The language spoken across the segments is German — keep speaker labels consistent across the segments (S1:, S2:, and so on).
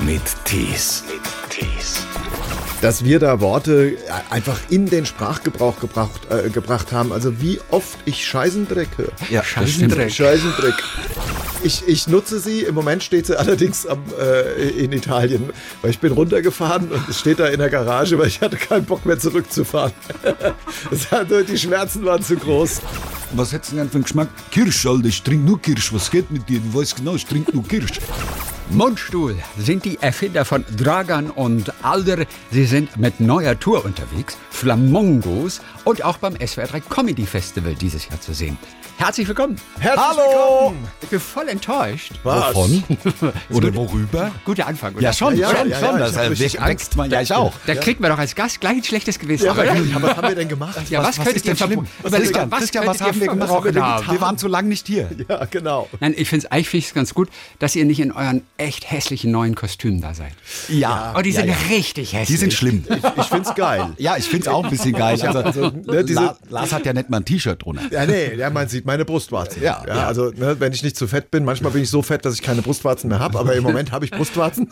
S1: mit Tees.
S2: dass wir da Worte äh, einfach in den Sprachgebrauch gebracht, äh, gebracht haben. Also wie oft ich Scheißendreck höre.
S1: Ja, Scheißendreck.
S2: Scheißendreck. Ich, ich nutze sie, im Moment steht sie allerdings am, äh, in Italien, weil ich bin runtergefahren und es steht da in der Garage, weil ich hatte keinen Bock mehr zurückzufahren. Es hatte, die Schmerzen waren zu groß.
S3: Was hättest du denn für einen Geschmack? Kirsch, Alter, ich trinke nur Kirsch. Was geht mit dir? Du weißt genau, ich trinke nur Kirsch.
S4: Mundstuhl sind die Erfinder von Dragan und Alder. Sie sind mit neuer Tour unterwegs, Flamongos und auch beim SWR3 Comedy Festival dieses Jahr zu sehen. Herzlich willkommen.
S2: Herzlich
S4: Hallo.
S2: willkommen.
S4: Ich bin voll enttäuscht.
S2: Was?
S3: Oder worüber?
S4: Guter Anfang, oder?
S3: Ja, schon,
S2: Ja, ja,
S3: schon,
S2: ja,
S3: schon.
S2: ja, ich
S3: das
S2: hab
S3: äh,
S2: richtig
S3: wirkt Angst, man. Ja, ich auch.
S4: Da kriegt man doch als Gast gleich ein schlechtes Gewissen,
S2: Ja, aber,
S4: oder?
S2: aber was haben wir denn gemacht?
S4: Ja,
S3: was
S4: was, könntet
S3: ist
S4: ihr
S3: denn schlimm?
S4: vermuten? Überlegt
S3: Christian,
S4: mal,
S3: Christian,
S4: könntet
S3: was haben
S4: ihr
S3: wir gemacht?
S4: verbrochen haben?
S3: Wir waren zu lange nicht hier.
S2: Ja, genau.
S4: Nein, ich finde es eigentlich find's ganz gut, dass ihr nicht in euren echt hässlichen neuen Kostümen da seid.
S3: Ja.
S4: Oh, die sind
S3: ja.
S4: richtig hässlich.
S3: Die sind schlimm.
S2: Ich find's geil.
S3: Ja, ich find's auch ein bisschen geil. Also,
S2: ne, diese-
S3: La- Lars hat ja nicht mal ein T-Shirt drunter.
S2: Ja, nee, ja, man sieht meine Brustwarzen.
S3: Ja, ja.
S2: Also, ne, wenn ich nicht zu fett bin, manchmal bin ich so fett, dass ich keine Brustwarzen mehr habe, aber im Moment habe ich Brustwarzen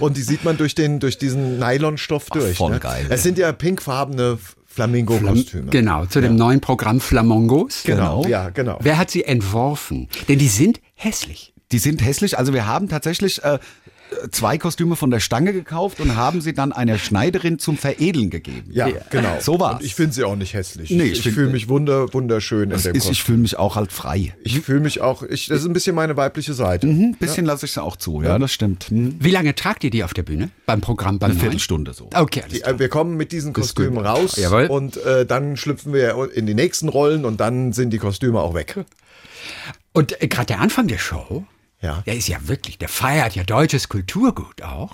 S2: und die sieht man durch, den, durch diesen Nylonstoff durch.
S3: voll
S2: ne?
S3: geil.
S2: Es sind ja pinkfarbene Flamingo-Kostüme.
S4: Genau, zu dem neuen Programm Flamongos.
S3: Genau.
S2: Ja, genau.
S4: Wer hat sie entworfen? Denn die sind hässlich.
S3: Die sind hässlich. Also wir haben tatsächlich äh, zwei Kostüme von der Stange gekauft und haben sie dann einer Schneiderin zum Veredeln gegeben.
S2: ja, genau.
S3: So war's.
S2: Und ich finde sie auch nicht hässlich.
S3: Nee, ich
S2: ich ich
S3: find-
S2: fühle mich wunder, wunderschön in
S3: Das
S2: dem
S3: ist, ich
S2: Kostüm.
S3: fühle mich auch halt frei.
S2: Ich, fühle mich auch, ich, das ist ein bisschen meine weibliche Seite.
S3: Ein bisschen lasse ich es auch zu. Ja, das stimmt. Hm.
S4: Wie lange tragt ihr die auf der Bühne? Beim Programm, beim
S3: Eine
S4: neuen?
S3: Viertelstunde so.
S4: Okay, alles
S2: Die,
S4: klar.
S2: äh, wir kommen mit diesen Kostümen
S3: gut.
S2: raus
S4: Jawohl.
S2: und äh, dann schlüpfen wir in die nächsten Rollen und dann sind die Kostüme auch weg.
S4: Und äh, gerade der Anfang der Show,
S2: Ja.
S4: der ist ja wirklich, der feiert ja deutsches Kulturgut auch.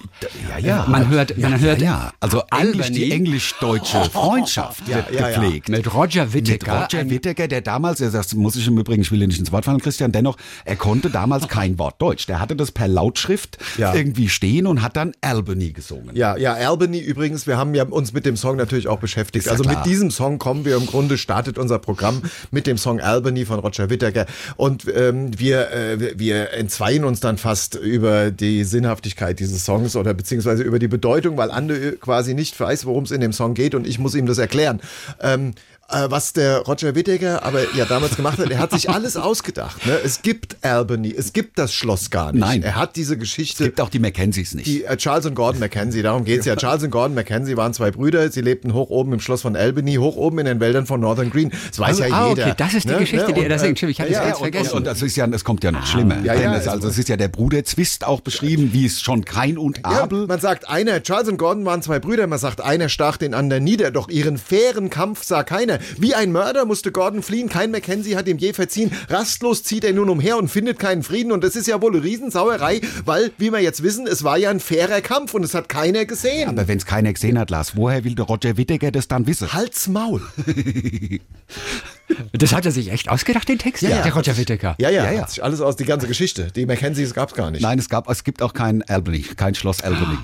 S4: Äh,
S3: Ja, ja.
S4: Man hört, man hört
S3: ja. Also eigentlich die
S4: Albany
S3: englisch-deutsche Freundschaft wird
S2: ja, ja.
S3: gepflegt.
S4: mit Roger
S3: Mit
S4: Whittaker.
S3: Roger Whittaker, der damals, er sagt, muss ich im Übrigen, ich will dir nicht ins Wort fallen, Christian, dennoch, er konnte damals kein Wort Deutsch. Der hatte das per Lautschrift
S2: Ja.
S3: irgendwie stehen und hat dann Albany gesungen.
S2: Ja, ja, Albany übrigens, wir haben ja uns mit dem Song natürlich auch beschäftigt.
S3: ja
S2: also
S3: klar.
S2: mit diesem Song kommen wir im Grunde, startet unser Programm mit dem Song Albany von Roger Whittaker. Und ähm, wir, äh, wir- wir entzweien uns dann fast über die Sinnhaftigkeit dieses Songs oder beziehungsweise über die Bedeutung, weil Ande quasi nicht weiß, worum es in dem Song geht und ich muss ihm das erklären. Ähm, äh, was der Roger Whittaker aber ja damals gemacht hat, er hat sich alles ausgedacht. Ne? Es gibt Albany, es gibt das Schloss gar nicht.
S3: Nein.
S2: Er hat diese Geschichte
S3: Gibt auch die Mackenzies nicht.
S2: die äh, Charles und Gordon Mackenzie, darum geht's ja. Charles und Gordon Mackenzie waren zwei Brüder, sie lebten hoch oben im Schloss von Albany, hoch oben in den Wäldern von Northern Green. Das weiß
S4: Also,
S2: ja
S4: ah,
S2: jeder. Ne?
S4: okay, das ist die Geschichte, die er da
S2: und, äh,
S4: singt. Stimmt, ich hatte
S2: ja,
S4: das
S2: ja,
S4: ganz
S2: und-
S4: vergessen.
S3: Und das ist ja, das kommt ja noch schlimmer.
S2: Ja, ja,
S3: Denn das,
S2: also-
S3: also es ist ja der Bruderzwist auch beschrieben, wie es schon kein und
S2: Ja,
S3: Abel.
S2: man sagt einer, Charles und Gordon waren zwei Brüder, man sagt einer stach den anderen nieder, doch ihren fairen Kampf sah keiner. Wie ein Mörder musste Gordon fliehen, kein Mackenzie hat ihm je verziehen. Rastlos zieht er nun umher und findet keinen Frieden und das ist ja wohl eine Riesensauerei, weil, wie wir jetzt wissen, es war ja ein fairer Kampf und es hat keiner gesehen.
S3: Aber wenn es keiner gesehen hat, Lars, woher will der Roger Whittaker das dann wissen?
S2: Halt's Maul.
S4: Das hat er sich echt ausgedacht, den Text?
S2: ja.
S4: Der Roger Whittaker.
S2: Ja, ja,
S3: Ja, ja.
S2: Hat sich alles aus, die ganze Geschichte. Die Mackenzies gab's gar nicht.
S3: Nein, es gab, es gibt auch kein Albany, kein Schloss Albany.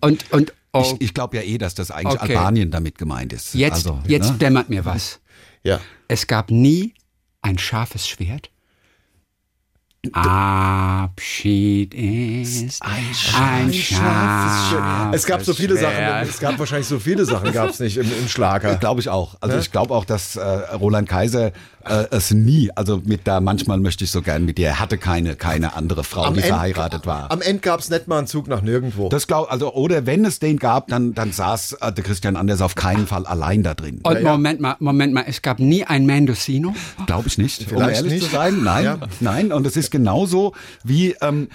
S4: Und, und
S3: Ich,
S4: oh,
S3: ich glaube ja eh, dass das eigentlich
S4: Ah, Okay.
S3: Albanien damit gemeint ist.
S4: jetzt,
S3: also,
S4: jetzt
S3: Ne?
S4: dämmert mir was.
S2: Ja.
S4: Es gab nie ein scharfes Schwert. Abschied ist ein, scharfes
S3: Ah,
S4: Schwert.
S2: Es gab so viele Sachen, es gab wahrscheinlich so viele Sachen, gab's nicht im, im Schlager.
S3: Glaube ich auch. Also ich glaube auch, dass äh, Roland Kaiser äh, es nie, also mit da manchmal möchte ich so gern mit dir, er hatte keine, keine andere Frau, die verheiratet war.
S2: Am Ende gab's nicht mal einen Zug nach nirgendwo.
S3: Das glaub, also oder wenn es den gab, dann, dann saß äh, der Christian Anders auf keinen Fall allein da drin.
S4: Und Moment mal, Moment mal, es gab nie ein Mendocino.
S3: Glaube ich nicht, um
S2: Vielleicht
S3: ehrlich
S2: nicht.
S3: zu sein. Nein,
S2: Ja.
S3: nein. Und es ist genauso wie, ähm,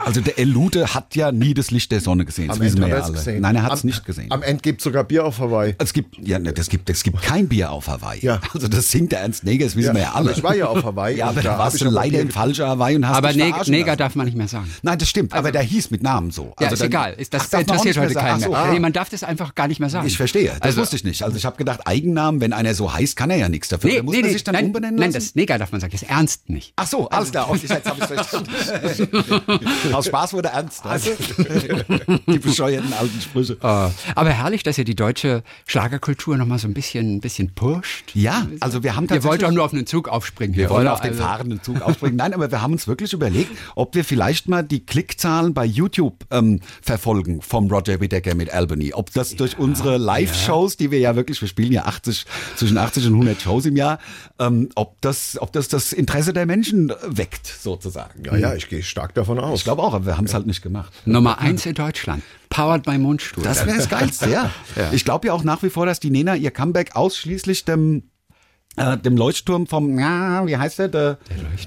S3: also der Elute hat ja nie das Licht der Sonne gesehen. Das wissen wir
S2: hat
S3: ja
S2: er's
S3: alle.
S2: gesehen.
S3: Nein, er hat es
S2: Am-
S3: nicht gesehen.
S2: Am Ende gibt's sogar Bier auf Hawaii.
S3: es gibt, ja, ne, das gibt, es gibt kein Bier auf Hawaii.
S2: Ja.
S3: Also das singt der Ernst Neger, das wissen wir ja alle.
S2: Ich war ja auf Hawaii.
S3: Ja,
S2: und
S3: aber
S2: da
S3: da
S2: hab
S3: warst
S2: ich
S3: du
S2: aber
S3: leider
S2: Bier
S3: im falschen Hawaii und hast
S4: Aber
S3: dich
S4: Neg
S3: verarschen
S4: Neger
S3: lassen.
S4: darf man nicht mehr sagen.
S3: Nein, das stimmt, aber der hieß mit Namen so.
S4: Ja,
S3: Also
S4: ist
S3: dann-
S4: egal. Ist das,
S3: Ach, darf man auch
S4: interessiert
S3: nicht
S4: heute
S3: mehr
S4: keinen
S3: sagen.
S4: mehr.
S3: Ach so, ah.
S4: Nee, man darf das einfach gar nicht mehr sagen.
S3: Ich verstehe, das
S4: Also-
S3: wusste ich nicht. Also ich habe gedacht, Eigennamen, wenn einer so heißt, kann er ja nichts dafür.
S4: Nee,
S3: Da muss
S4: nee,
S3: man
S4: nee,
S3: sich dann
S4: nein,
S3: umbenennen
S4: nein,
S3: lassen? Also,
S4: das Neger darf man sagen, das Ernst nicht.
S3: Ach so, alles klar. Okay, jetzt habe ich verstanden. Aus Spaß wurde ernst. Also, Ah. die bescheuerten alten Sprüche.
S4: Äh, aber herrlich, dass ihr die deutsche Schlagerkultur nochmal so ein bisschen, ein bisschen pusht.
S3: Ja, also wir haben
S4: Ihr wollt
S3: tatsächlich-
S4: doch nur auf einen Zug aufspringen.
S3: Wir
S4: hier,
S3: wollen
S4: oder?
S3: auf den
S4: Also-
S3: fahrenden Zug aufspringen. Nein, aber wir haben uns wirklich überlegt, ob wir vielleicht mal die Klickzahlen bei YouTube ähm, verfolgen vom Roger Whittaker mit Albany. Ob das durch unsere Live-Shows, die wir ja wirklich, wir spielen ja 80, zwischen 80 und 100 Shows im Jahr, ähm, ob, das, ob das das Interesse der Menschen äh, weckt, sozusagen.
S2: Ja, ja, ich gehe stark davon aus.
S3: Hm. Ich glaube auch, aber wir haben es halt nicht gemacht.
S4: Nummer eins in Deutschland. Powered by Mundstuhl.
S3: Das wäre das Geilste, ja. Ich glaube ja auch nach wie vor, dass die Nena ihr Comeback ausschließlich dem äh, dem Leuchtturm vom, ja, wie heißt der, der,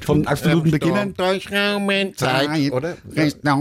S3: vom absoluten Beginner,
S2: Durch Raum und genau. Zeit, oder?
S3: Ist eine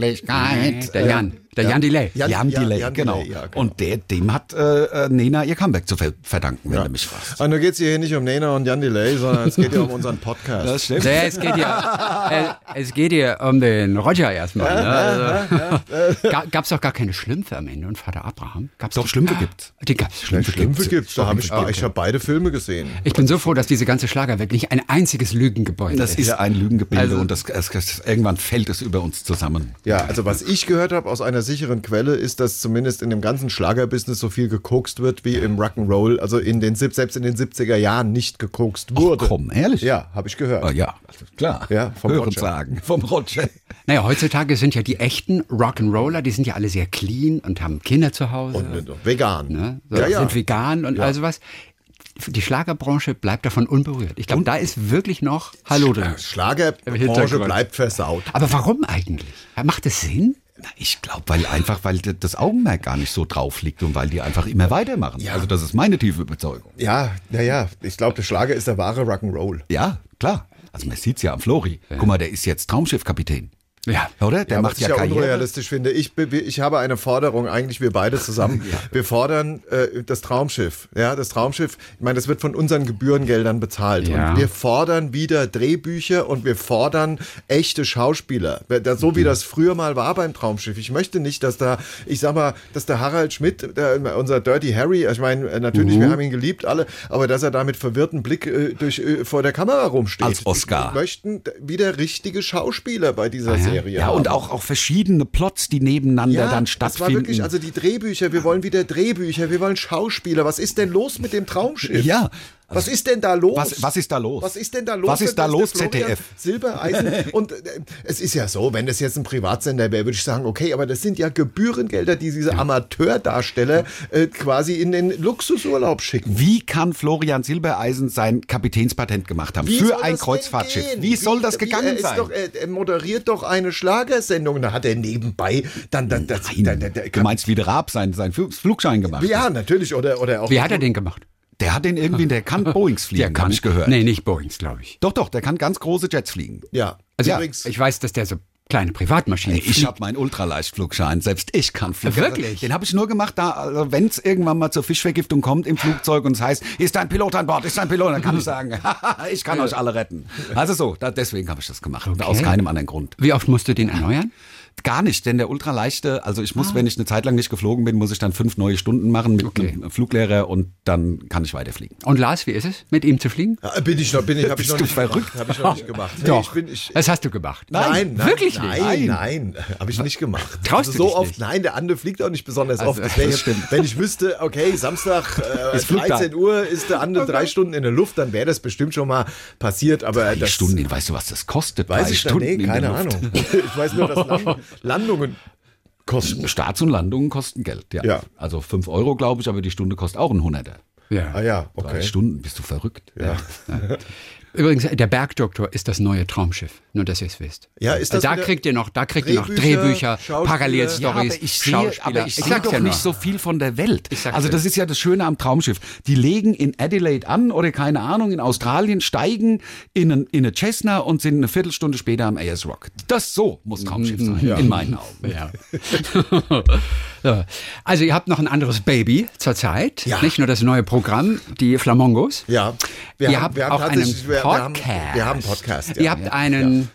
S3: Unendlichkeit.
S4: der Jan. Der Jan Delay.
S3: Jan, Jan
S2: Jan-
S3: Delay,
S2: Jan
S3: genau.
S2: Delay, ja, genau.
S3: Und der, dem hat äh, äh, Nena ihr Comeback zu ver verdanken, wenn du mich fragst.
S2: Und da geht es hier nicht um Nena und Jan Delay, sondern es geht ja um unseren Podcast.
S3: stimmt.
S4: Ja, es geht hier, äh, es geht hier um den Roger erstmal. Ne? Also, ga- gab's doch gar keine Schlümpfe am Ende und Vater Abraham? Gab's
S3: Doch,
S4: die-
S2: Ah.
S3: Schlümpfe gibt's.
S4: Die gab's Schlümpfe.
S2: Schlümpfe Schlümpfe gibt's. Da hab ich, ah, ich habe beide Filme gesehen.
S4: Ich bin so froh, dass diese ganze Schlagerwelt nicht ein einziges Lügengebäude
S3: Das
S4: ist.
S3: ist ein Lügengebilde
S4: Also-
S3: und das, es, es, irgendwann fällt es über uns zusammen.
S2: Ja, also was ich gehört habe aus einer sicheren Quelle, ist, dass zumindest in dem ganzen Schlagerbusiness so viel gekokst wird wie im Rock'n'Roll, also in den sieb- selbst in den 70er Jahren nicht gekokst wurde.
S3: komm, ehrlich?
S2: Ja, habe ich gehört.
S3: Ah, ja, klar.
S2: Ja, vom
S3: Hören
S2: Roger.
S3: sagen, vom Roger.
S4: Naja, heutzutage sind ja die echten Rock'n'Roller, die sind ja alle sehr clean und haben Kinder zu Hause.
S2: Und, äh, vegan.
S4: ne? so,
S2: ja, ja.
S4: Sind vegan und all sowas. Die Schlagerbranche bleibt davon unberührt. Ich glaube, da ist wirklich noch Hallo drin.
S2: Schlagerbranche
S4: Hintergrund.
S2: bleibt versaut.
S4: Aber warum eigentlich? Macht es Sinn?
S3: Na, ich glaube, weil einfach, weil d- das Augenmerk gar nicht so drauf liegt und weil die einfach immer weitermachen. Also das ist meine tiefe Überzeugung.
S2: Ja, naja, ich glaube, der Schlager ist der wahre Rock'n'Roll.
S3: Ja, klar. Also man sieht's ja am Flori. Guck mal, der ist jetzt Traumschiffkapitän.
S4: Ja.
S3: Oder? Der
S2: Ja,
S3: macht
S2: was
S3: ja,
S2: ich ja
S3: Karriere.
S2: unrealistisch finde. Ich, be- ich habe eine Forderung, eigentlich wir beide zusammen. Wir fordern äh, das Traumschiff. Ja, das Traumschiff, ich meine, das wird von unseren Gebührengeldern bezahlt.
S4: Ja.
S2: Und wir fordern wieder Drehbücher und wir fordern echte Schauspieler. Da- So wie das früher mal war beim Traumschiff. Ich möchte nicht, dass da, ich sag mal, dass der Harald Schmidt, der, unser Dirty Harry, ich meine, äh, natürlich,
S3: Uh-huh.
S2: wir haben ihn geliebt alle, aber dass er da mit verwirrtem Blick äh, durch, äh, vor der Kamera rumsteht.
S3: Als Oscar. Ah
S2: Wir möchten d- wieder richtige Schauspieler bei dieser Serie.
S3: Ja, und
S2: haben.
S3: auch, auch verschiedene Plots, die nebeneinander dann
S2: Das war
S3: stattfinden.
S2: wirklich, also die Drehbücher, wir wollen wieder Drehbücher, wir wollen Schauspieler. Was ist denn los mit dem Traumschiff?
S3: Ja.
S2: Was ist denn da los?
S3: Was- was ist da los?
S2: Was ist denn da los?
S3: Was ist da
S2: Dass der
S3: los,
S2: Florian
S3: ZDF?
S2: Silbereisen. Und äh, es ist ja so, wenn das jetzt ein Privatsender wäre, würde ich sagen, okay, aber das sind ja Gebührengelder, die diese Amateurdarsteller äh, quasi in den Luxusurlaub schicken.
S3: wie kann Florian Silbereisen sein Kapitänspatent gemacht haben?
S2: Wie soll
S3: für ein
S2: das denn
S3: Kreuzfahrtschiff.
S2: gehen?
S3: Wie soll das
S2: wie- er
S3: gegangen
S2: ist
S3: sein?
S2: Doch, er, er moderiert doch eine Schlagersendung. Da hat er nebenbei dann, dann, das, dann, dann,
S3: du meinst, wie der Raab seinen, seinen Flug- Flugschein gemacht hat.
S2: ja, natürlich. Oder, oder auch
S4: Wie hat er den gemacht?
S3: Der hat den irgendwie, der kann Boeings fliegen, habe ich gehört.
S4: Nee, nicht Boeings, glaube ich.
S3: Doch, doch, der kann ganz große Jets fliegen.
S2: Ja.
S4: Also
S2: ja.
S4: übrigens, ich weiß, dass der so kleine Privatmaschinen
S3: Ich
S4: fliegt.
S3: habe meinen Ultraleichtflugschein, selbst ich kann fliegen.
S4: Wirklich?
S3: Den habe ich nur gemacht, da also wenn es irgendwann mal zur Fischvergiftung kommt im Flugzeug und es heißt, ist ein Pilot an Bord, ist ein Pilot, dann kann ich sagen, ich kann euch alle retten. Also so, da, deswegen habe ich das gemacht, und aus keinem anderen Grund.
S4: Wie oft musst du den erneuern?
S3: Gar nicht, denn der Ultraleichte, also ich
S2: Ah.
S3: muss, wenn ich eine Zeit lang nicht geflogen bin, muss ich dann fünf neue Stunden machen mit
S4: Okay.
S3: einem Fluglehrer und dann kann ich weiterfliegen.
S4: Und Lars, wie ist es, mit ihm zu fliegen?
S2: Ja, Bin ich noch, bin ich, hab ich
S3: Bist
S2: noch
S3: du
S2: nicht
S3: verrückt?
S2: gemacht. Hab ich noch nicht gemacht. Nee, Ich bin, ich,
S4: das hast du gemacht.
S2: Nein, nein,
S4: wirklich
S2: nein,
S4: nicht.
S2: Nein, nein, habe ich nicht gemacht. Also
S4: Traust du
S2: so
S4: dich
S2: oft?
S4: nicht?
S2: Nein, der Ande fliegt auch nicht besonders oft. Das wär
S3: das
S2: jetzt,
S3: stimmt.
S2: wenn ich wüsste, okay, Samstag äh,
S3: Ist Flugtag.
S2: 13 Uhr ist der Ande drei Stunden in der Luft, dann wäre das bestimmt schon mal passiert. Aber
S3: Drei
S2: das
S3: Stunden, weißt du, was das kostet?
S2: weiß
S3: Drei
S2: ich dann,
S3: Stunden
S2: nee,
S3: in der
S2: keine
S3: Luft.
S2: Ahnung. Ich weiß nur, dass Land Landungen kosten.
S3: Starts und Landungen kosten Geld, ja.
S2: Ja.
S3: Also 5 Euro, glaube ich, aber die Stunde kostet auch ein Hunderter.
S4: Ja.
S2: Ah ja,
S3: Drei
S2: okay.
S3: Stunden, bist du verrückt? Ja.
S4: Übrigens, der Bergdoktor ist das neue Traumschiff. Nur, dass ihr es wisst.
S2: Ja, ist das
S4: da
S2: wieder-
S4: kriegt ihr noch, da kriegt ihr noch
S2: Drehbücher,
S4: Drehbücher,
S2: Schauspieler.
S4: Parallelstories,
S3: aber ich sehe,
S4: Schauspieler.
S3: aber ich sehe
S4: sag's
S3: doch
S4: ja nur.
S3: nicht so viel von der Welt.
S4: Ich sag's
S3: Also
S4: ja.
S3: das ist ja das Schöne am Traumschiff. Die legen in Adelaide an oder keine Ahnung, in Australien, steigen in, ein, in eine Cessna und sind eine Viertelstunde später am AS Rock. Das so muss Traumschiff sein, in meinen Augen.
S4: Ja. so. Also ihr habt noch ein anderes Baby zurzeit.
S2: Ja.
S4: Nicht nur das neue Programm, die Flamongos.
S2: Ja, wir
S4: ihr
S2: haben-
S4: habt
S2: wir haben
S4: auch einen
S2: tatsächlich- wir-
S4: Podcast.
S2: wir haben- wir haben einen Podcast, ja.
S4: Ihr habt einen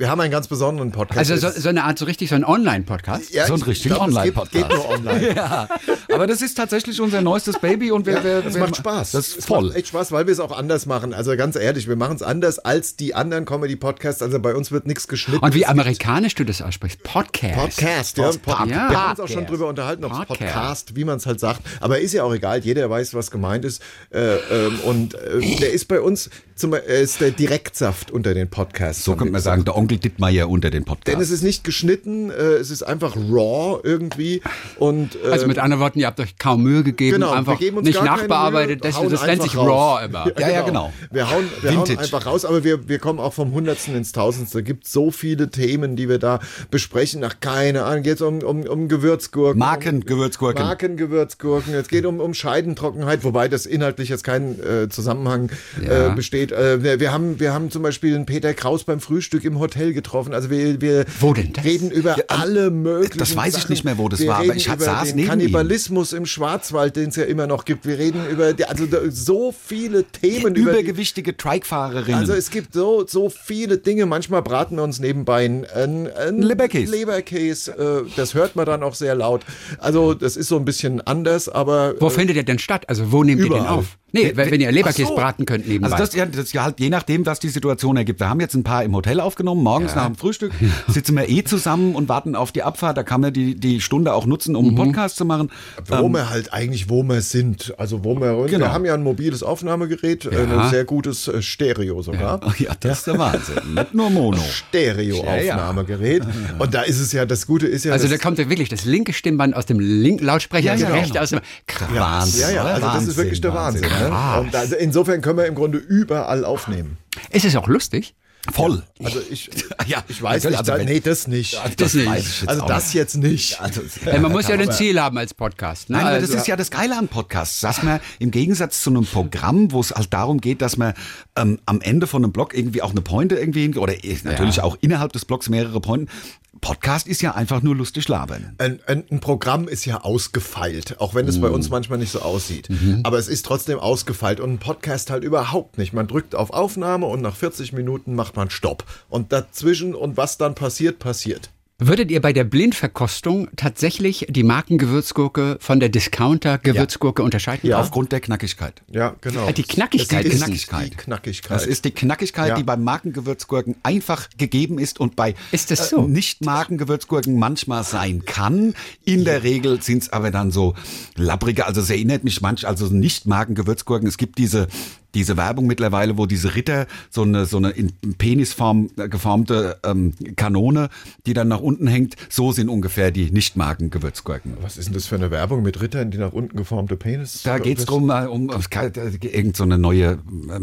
S2: Wir haben einen ganz besonderen Podcast.
S4: Also so, so eine Art, so richtig so ein Online-Podcast.
S2: Ja,
S3: so ein
S2: ich
S3: richtiger
S2: glaube, es
S3: Online-Podcast.
S2: Geht, geht nur online.
S3: Ja, aber das ist tatsächlich unser neuestes Baby und wir, wir,
S2: Es
S3: wir
S2: macht Spaß.
S3: Das ist
S2: es
S3: voll.
S2: Macht echt Spaß, weil wir es auch anders machen. Also ganz ehrlich, wir machen es anders als die anderen Comedy-Podcasts. Also bei uns wird nichts geschnitten.
S4: Und wie amerikanisch du das aussprichst, Podcast.
S2: Podcast, ja. Pod
S4: Podcast.
S2: Wir haben uns auch schon
S4: Podcast.
S2: drüber unterhalten, ob es
S4: Podcast.
S2: Podcast, wie man es halt sagt. Aber ist ja auch egal, jeder weiß, was gemeint ist. Äh, ähm, und äh, der ist bei uns, zum, äh, ist der Direktsaft unter den Podcasts.
S3: So könnte man sagen, der Onkel Dittmeier unter den
S2: Denn
S3: Podcast.
S2: es ist nicht geschnitten, äh, es ist einfach raw irgendwie. Und, äh,
S4: Also mit anderen Worten, ihr habt euch kaum Mühe gegeben,
S2: Genau, wir
S4: einfach
S2: geben uns
S4: nicht
S2: gar keine
S4: nachbearbeitet,
S2: Mühe,
S4: das,
S2: hauen
S4: das nennt sich
S2: einfach raus.
S4: Raw immer.
S3: Ja, ja, genau.
S2: Wir hauen, wir hauen
S3: Vintage.
S2: einfach raus, aber wir, wir kommen auch vom Hundertsten ins Tausendste. Es gibt so viele Themen, die wir da besprechen. Nach keine Ahnung, geht es um, um, um Gewürzgurken. um,
S3: Markengewürzgurken.
S2: Markengewürzgurken. Es geht um, um Scheidentrockenheit, wobei das inhaltlich jetzt kein äh, Zusammenhang
S4: Ja.
S2: äh, besteht. Äh, wir- wir, haben, wir haben zum Beispiel einen Peter Kraus beim Frühstück im Hotel getroffen. Also wir, wir
S4: Wo denn das?
S2: reden über alle möglichen
S3: das weiß ich
S2: Sachen.
S3: nicht mehr, wo das
S2: wir
S3: war, aber
S2: reden
S3: ich hab-
S2: über
S3: saß
S2: den
S3: neben ihm.
S2: Kannibalismus im Schwarzwald, den es ja immer noch gibt. Wir reden über die, also da, so viele Themen über die
S3: Übergewichtige Trike-Fahrerinnen.
S2: also es gibt so, so viele Dinge. Manchmal braten wir uns nebenbei ein, ein, ein
S3: Leberkäse.
S2: Leberkäse. Äh, das hört man dann auch sehr laut. Also das ist so ein bisschen anders, aber
S4: Wo findet ihr denn statt? Also wo nehmt ihr den
S2: Überall.
S4: auf? Nee, wenn, wenn ihr Leberkäse
S3: Ach so.
S4: braten könnt nebenbei.
S3: Also das, ja, das ist ja halt je nachdem, was die Situation ergibt. Wir haben jetzt ein paar im Hotel aufgenommen, morgens nach dem Frühstück sitzen wir eh zusammen und warten auf die Abfahrt. Da kann man die, die Stunde auch nutzen, um einen
S2: Mhm.
S3: Podcast zu machen.
S2: wo wir halt eigentlich, wo wir sind. Also wo wir, und
S3: ähm, Genau.
S2: wir haben ja ein mobiles Aufnahmegerät, äh, ein sehr gutes äh, Stereo sogar.
S3: Ach ja, das ist der Wahnsinn. Nicht nur Mono.
S2: Stereo-Aufnahmegerät. Und da ist es ja, das Gute ist ja,
S4: Also da
S2: das, genau.
S4: kommt ja wirklich das linke Stimmband aus dem linken Lautsprecher,
S3: Ja,
S4: das
S3: ja.
S4: rechte aus dem... Krass.
S3: Wahnsinn.
S2: ja, ja,
S3: oder?
S2: also das ist wirklich der Wahnsinn. ne? Und also insofern können wir im Grunde überall aufnehmen.
S4: Ist es auch lustig?
S3: Voll.
S2: Also ich,
S3: Ja,
S2: ich
S3: natürlich,
S2: weiß nicht,
S3: also
S2: da-
S3: wenn-
S2: nee, das nicht.
S4: Das nicht.
S3: weiß ich jetzt
S2: Also
S3: auch
S2: das jetzt nicht. Ähm,
S3: Also,
S4: Ey, man muss ja ein Ziel haben als Podcast. Ne?
S3: Nein, aber
S4: also,
S3: das ist ja das Geile an Podcasts, dass man im Gegensatz zu einem Programm, wo es halt darum geht, dass man ähm, am Ende von einem Blog irgendwie auch eine Pointe irgendwie hin, oder eh, natürlich
S4: Ja.
S3: auch innerhalb des Blogs mehrere Pointen. Podcast ist ja einfach nur lustig labern.
S2: Ein, ein, ein Programm ist ja ausgefeilt, auch wenn es
S3: Mhm.
S2: bei uns manchmal nicht so aussieht. Aber es ist trotzdem ausgefeilt und ein Podcast halt überhaupt nicht. Man drückt auf Aufnahme und nach 40 Minuten macht man Stopp. Und dazwischen und was dann passiert, passiert.
S4: würdet ihr bei der Blindverkostung tatsächlich die Markengewürzgurke von der Discounter-Gewürzgurke unterscheiden?
S2: Ja.
S3: Aufgrund der Knackigkeit.
S2: Ja, genau.
S4: Ah, die Knackigkeit
S2: Es
S4: ist-
S2: ist
S3: Halt Knackigkeit.
S2: Die Knackigkeit.
S3: Das ist die Knackigkeit,
S2: Ja.
S3: die bei Markengewürzgurken einfach gegeben ist und bei
S4: Ist das so?
S3: Nicht-Markengewürzgurken manchmal sein kann. In der Regel sind es aber dann so labbrige, also es erinnert mich manch, also Nicht-Markengewürzgurken, es gibt diese diese Werbung mittlerweile, wo diese Ritter so eine so eine in Penisform äh, geformte ähm, Kanone, die dann nach unten hängt, so sind ungefähr die Nicht-Markengewürzgurken.
S2: was ist denn das für eine Werbung mit Rittern, die nach unten geformte Penis?
S3: Da geht's drum äh, um, um irgendeine so eine neue äh,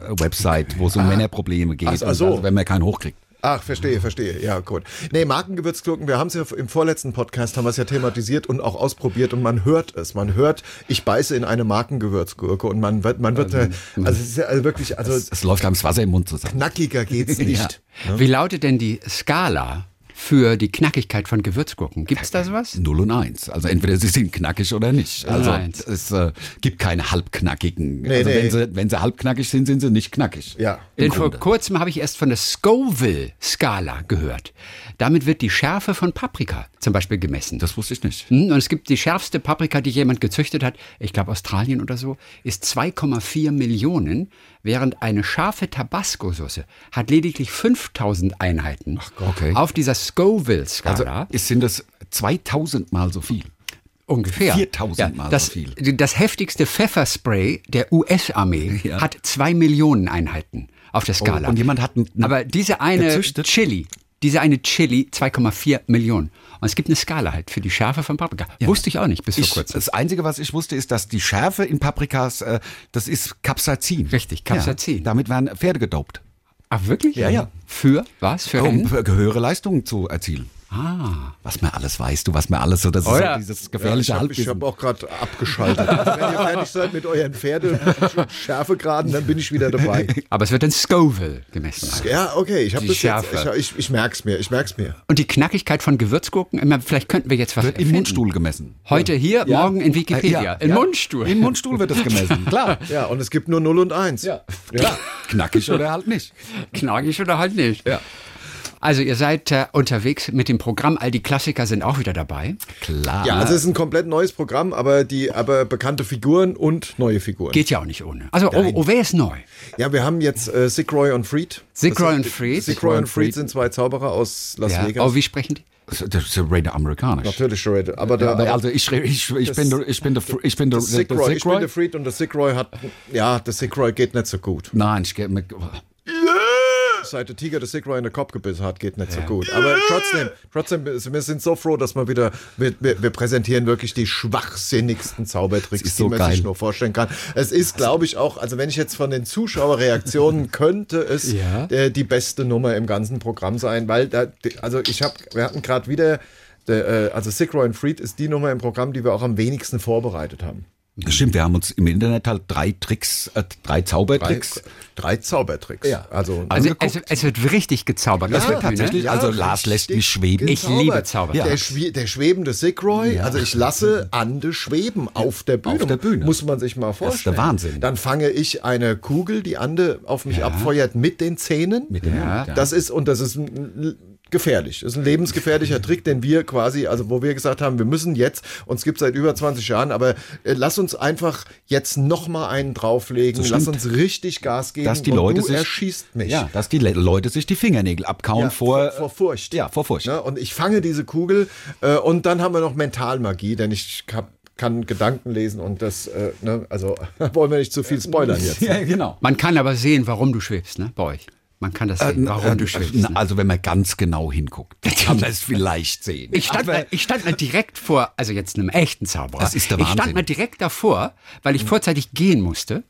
S3: Männer-Website, wo es um Männerprobleme geht,
S2: Ach so.
S3: also, wenn man keinen hochkriegt.
S2: Ach, verstehe, verstehe. Ja, gut. Nee, Markengewürzgurken, wir haben es ja im vorletzten Podcast, haben wir es ja thematisiert und auch ausprobiert und man hört es. Man hört, ich beiße in eine Markengewürzgurke und man wird, man wird, äh, also, es ist ja, also wirklich, also
S3: Es, es läuft einem das Wasser im Mund zusammen.
S2: knackiger geht's nicht.
S4: Wie lautet denn die Skala für die Knackigkeit von Gewürzgurken? Gibt es da sowas?
S3: Null und eins. Also entweder sie sind knackig oder nicht. Also
S4: eins.
S3: es äh, gibt keine halbknackigen.
S2: Nee,
S3: also
S2: nee.
S3: Wenn, sie, wenn sie halbknackig sind, sind sie nicht knackig.
S2: Ja.
S4: Denn vor kurzem habe ich erst von der Scoville-Skala gehört. Damit wird die Schärfe von Paprika zum Beispiel gemessen.
S3: Das wusste ich nicht.
S4: Hm, Und es gibt die schärfste Paprika, die jemand gezüchtet hat, ich glaube Australien oder so, ist 2,4 Millionen, während eine scharfe Tabasco-Soße hat lediglich 5000 Einheiten.
S3: okay.
S4: Auf dieser
S3: Also
S4: Scoville-Skala
S3: es sind das 2000 Mal so viel.
S4: ungefähr.
S3: 4000 Mal so
S4: das,
S3: viel.
S4: Das heftigste Pfefferspray der US-Armee
S3: Ja. Oh,
S4: hat 2 Millionen Einheiten auf der Skala.
S3: und jemand hat einen-
S4: Aber diese eine
S3: gezüchtet?
S4: Chili, diese eine Chili 2,4 Millionen. Und es gibt eine Skala halt für die Schärfe von Paprika. Wusste ich auch nicht bis vor
S3: Ich,
S4: kurzem.
S3: das Einzige, was ich wusste, ist, dass die Schärfe in Paprikas, äh, das ist Capsaicin.
S4: Richtig, Capsaicin.
S3: Ja, damit werden Pferde gedopt.
S4: Ach wirklich?
S3: Ja, ja.
S4: Für was? Für
S3: um
S4: Rennen?
S3: für höhere Leistungen zu erzielen. Ah. Was man alles weißt, du, was man alles so, das ist
S4: Oder?
S3: so dieses gefährliche
S2: ich habe
S3: Halbwissen.
S2: hab auch gerade abgeschaltet. Also, wenn ihr fertig seid mit euren Pferdeschärfegraden, dann bin ich wieder dabei.
S4: Aber es wird in Scoville gemessen. Also.
S2: Ja, okay, ich habe
S4: Die
S2: das jetzt,
S4: Schärfe.
S2: ich, ich, ich merk's mir, ich merk's mir.
S4: Und die Knackigkeit von Gewürzgurken, immer, vielleicht könnten wir jetzt was
S3: wird im
S4: erfinden.
S3: Mundstuhl gemessen.
S4: Heute hier,
S3: Ja.
S4: morgen in Wikipedia.
S3: Äh, ja.
S4: Im
S3: Ja.
S4: Mundstuhl.
S3: Im Mundstuhl wird das gemessen, klar.
S2: Ja, und es gibt nur 0 und 1.
S3: Klar. Knackig oder halt nicht.
S4: Knackig oder halt nicht. Also ihr seid äh, unterwegs mit dem Programm, all die Klassiker sind auch wieder dabei.
S3: Klar.
S2: Ja, also es ist ein komplett neues Programm, aber die aber bekannte Figuren und neue Figuren.
S4: Geht ja auch nicht ohne. Also O- OW ist neu.
S2: Ja, wir haben jetzt äh, Sigroy und Freed. Das
S4: Sigroy und
S2: sind-
S4: Freed.
S2: Sigroy und Freed sind zwei Zauberer aus Las
S4: Ja.
S2: Vegas.
S4: Oh, wie sprechen die?
S3: Das ist ja rein amerikanisch.
S2: Natürlich, Charade. Aber da, aber
S3: Also ich, ich, ich bin der, ich bin der, ich bin der, der, der
S2: Sigroy, ich bin
S3: Sigroy.
S2: der Freed und der Sigroy hat, ja, der Sigroy geht nicht so gut.
S3: Nein, ich gehe mit.
S2: Seit der Tiger der Sigroy in den Kopf gebissen hat, geht nicht so gut. Aber trotzdem, trotzdem, wir sind so froh, dass wir wieder, wir, wir, wir präsentieren wirklich die schwachsinnigsten Zaubertricks,
S3: Das ist
S2: die
S3: so
S2: man
S3: geil.
S2: sich nur vorstellen kann. Es ist, glaube ich, auch, also wenn ich jetzt von den Zuschauerreaktionen könnte es
S4: Ja.
S2: äh, die beste Nummer im ganzen Programm sein, weil da, die- also ich habe, wir hatten gerade wieder, der, äh, also Sigroy und Freed ist die Nummer im Programm, die wir auch am wenigsten vorbereitet haben.
S3: Stimmt, wir haben uns im Internet halt drei Tricks, äh, drei
S2: Drei,
S3: Zaubertricks.
S2: drei Zaubertricks.
S3: Ja.
S2: Also,
S4: Also es, es wird richtig gezaubert. auf
S3: Ja,
S4: der Bühne.
S3: tatsächlich. Also Lars lässt mich schweben.
S4: Ich liebe Zauber.
S2: Ja.
S4: Ja.
S2: Der, schwie- der schwebende Sigroy, also ich lasse Ande schweben auf der Bühne.
S3: Auf der Bühne.
S2: Muss man sich mal
S3: ist der
S2: vorstellen.
S3: Wahnsinn.
S2: Dann fange ich eine Kugel, die Ande auf mich abfeuert, mit den Zähnen. Mit
S3: dem Mund, ja.
S2: Das ist, und das ist ein- gefährlich. Das ist ein lebensgefährlicher Trick, den wir quasi, also wo wir gesagt haben, wir müssen jetzt, uns gibt seit über 20 Jahren, aber äh, lass uns einfach jetzt nochmal einen drauflegen, lass uns richtig Gas geben
S3: dass die
S2: und
S3: Leute
S2: du
S3: sich,
S2: erschießt mich.
S3: Ja, dass die Le Leute sich die Fingernägel abkauen
S2: Ja,
S3: vor,
S2: vor Furcht.
S3: Ja, vor Furcht.
S2: Ne? Und ich fange diese Kugel äh, und dann haben wir noch Mentalmagie, denn ich hab, kann Gedanken lesen und das, äh, ne? also wollen wir nicht zu viel spoilern jetzt.
S3: Ja, genau.
S4: Man kann aber sehen, warum du schwebst, ne? Bei euch. Man kann
S3: Äh,
S4: das sehen, warum du schwebst.
S3: Na,
S4: Ne?
S3: also wenn man ganz genau hinguckt, dann kann man es vielleicht sehen.
S4: Ich stand, mal, ich stand mal direkt vor, also jetzt einem echten Zauberer.
S3: Das ist der
S4: Ich stand
S3: Wahnsinn.
S4: mal direkt davor, weil ich vorzeitig gehen musste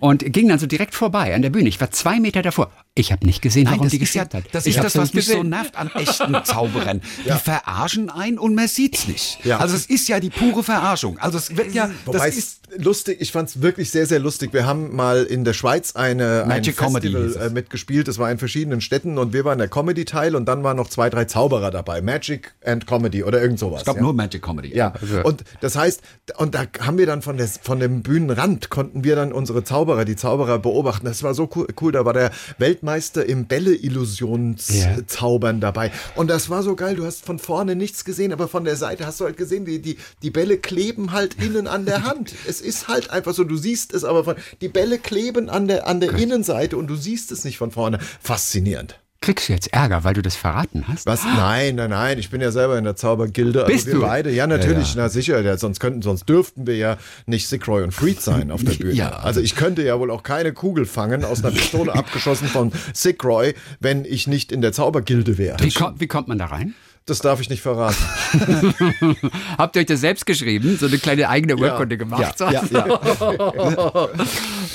S4: und ging dann so direkt vorbei an der Bühne. Ich war zwei Meter davor. Ich habe nicht gesehen, warum
S3: das
S4: die
S3: ist ja,
S4: geschickt hat.
S3: das
S4: ich
S3: ist
S4: hab's
S3: das,
S4: ja
S3: was
S4: nicht
S3: mich so
S4: gesehen.
S3: nervt an echten Zauberern. Die verarschen einen und man sieht's nicht.
S2: Ja.
S3: Also es ist ja die pure Verarschung. Also es wird ja,
S2: Wobei
S3: das ist
S2: es lustig, ich fand es wirklich sehr, sehr lustig. Wir haben mal in der Schweiz eine
S3: Magic
S2: ein
S3: Comedy hieß
S2: Festival
S3: es.
S2: äh, mitgespielt. Das war in verschiedenen Städten und wir waren der Comedy-Teil und dann waren noch zwei, drei Zauberer dabei. Magic and Comedy oder irgend sowas.
S3: ich glaube
S2: ja.
S3: nur Magic Comedy.
S2: Ja, und das heißt, und da haben wir dann von, des, von dem Bühnenrand, konnten wir dann unsere Zauberer, die Zauberer beobachten. Das war so cool, cool. da war der Weltmeister im
S4: Ja.
S2: Bälle-Illusionszaubern dabei. Und das war so geil, du hast von vorne nichts gesehen, aber von der Seite hast du halt gesehen, die, die, die Bälle kleben halt innen an der Hand. es ist halt einfach so, du siehst es aber von, die Bälle kleben an der, an der Innenseite und du siehst es nicht von vorne. Faszinierend.
S4: Kriegst du jetzt Ärger, weil du das verraten hast?
S2: Was? Nein, nein, nein. Ich bin ja selber in der Zaubergilde. Also
S4: Bist
S2: wir
S4: du?
S2: beide. Ja, natürlich. Na sicher. Ja, sonst könnten, sonst dürften wir ja nicht Sigroy und Freed sein auf der Bühne.
S3: Ja.
S2: Also ich könnte ja wohl auch keine Kugel fangen aus einer Pistole abgeschossen von Sigroy, wenn ich nicht in der Zaubergilde wäre.
S4: Wie, kommt, wie kommt man da rein?
S2: Das darf ich nicht verraten.
S4: Habt ihr euch das selbst geschrieben? So eine kleine eigene Urkunde gemacht?
S3: Ja, ja,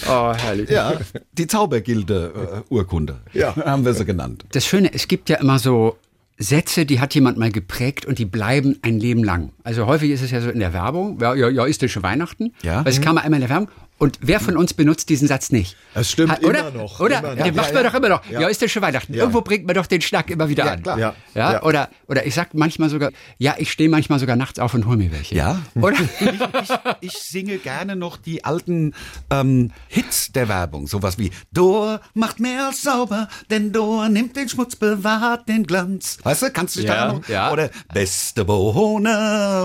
S4: Oh, herrlich.
S3: Ja, die Zaubergilde-Urkunde
S2: Ja.
S3: haben wir sie genannt.
S4: Das Schöne, es gibt ja immer so Sätze, die hat jemand mal geprägt und die bleiben ein Leben lang. Also häufig ist es ja so in der Werbung, ja, ja, ja ist das schon Weihnachten.
S3: Ja.
S2: Mhm.
S4: Weil es kam mal einmal in der Werbung. Und wer von uns benutzt diesen Satz nicht?
S2: Das stimmt
S4: Ha- oder?
S2: immer noch,
S4: Oder?
S2: immer noch.
S4: Den
S2: Ja,
S4: macht
S2: ja.
S4: man doch immer noch. Ja,
S2: Ja.
S4: ist das schon Weihnachten.
S2: Ja.
S4: Irgendwo bringt man doch den Schnack immer wieder an.
S2: klar.
S4: Ja.
S2: Ja.
S4: Ja?
S2: Ja.
S4: Oder, oder ich sag manchmal sogar, ja, ich stehe manchmal sogar nachts auf und hol mir welche.
S3: Ja.
S4: Oder?
S3: Ich, ich, ich singe gerne noch die alten ähm, Hits der Werbung. Sowas wie Dor macht mehr als sauber, denn Dor nimmt den Schmutz, bewahrt den Glanz. Weißt du, kannst du dich
S4: Ja,
S3: daran noch?
S4: ja.
S3: Oder Beste Bohne,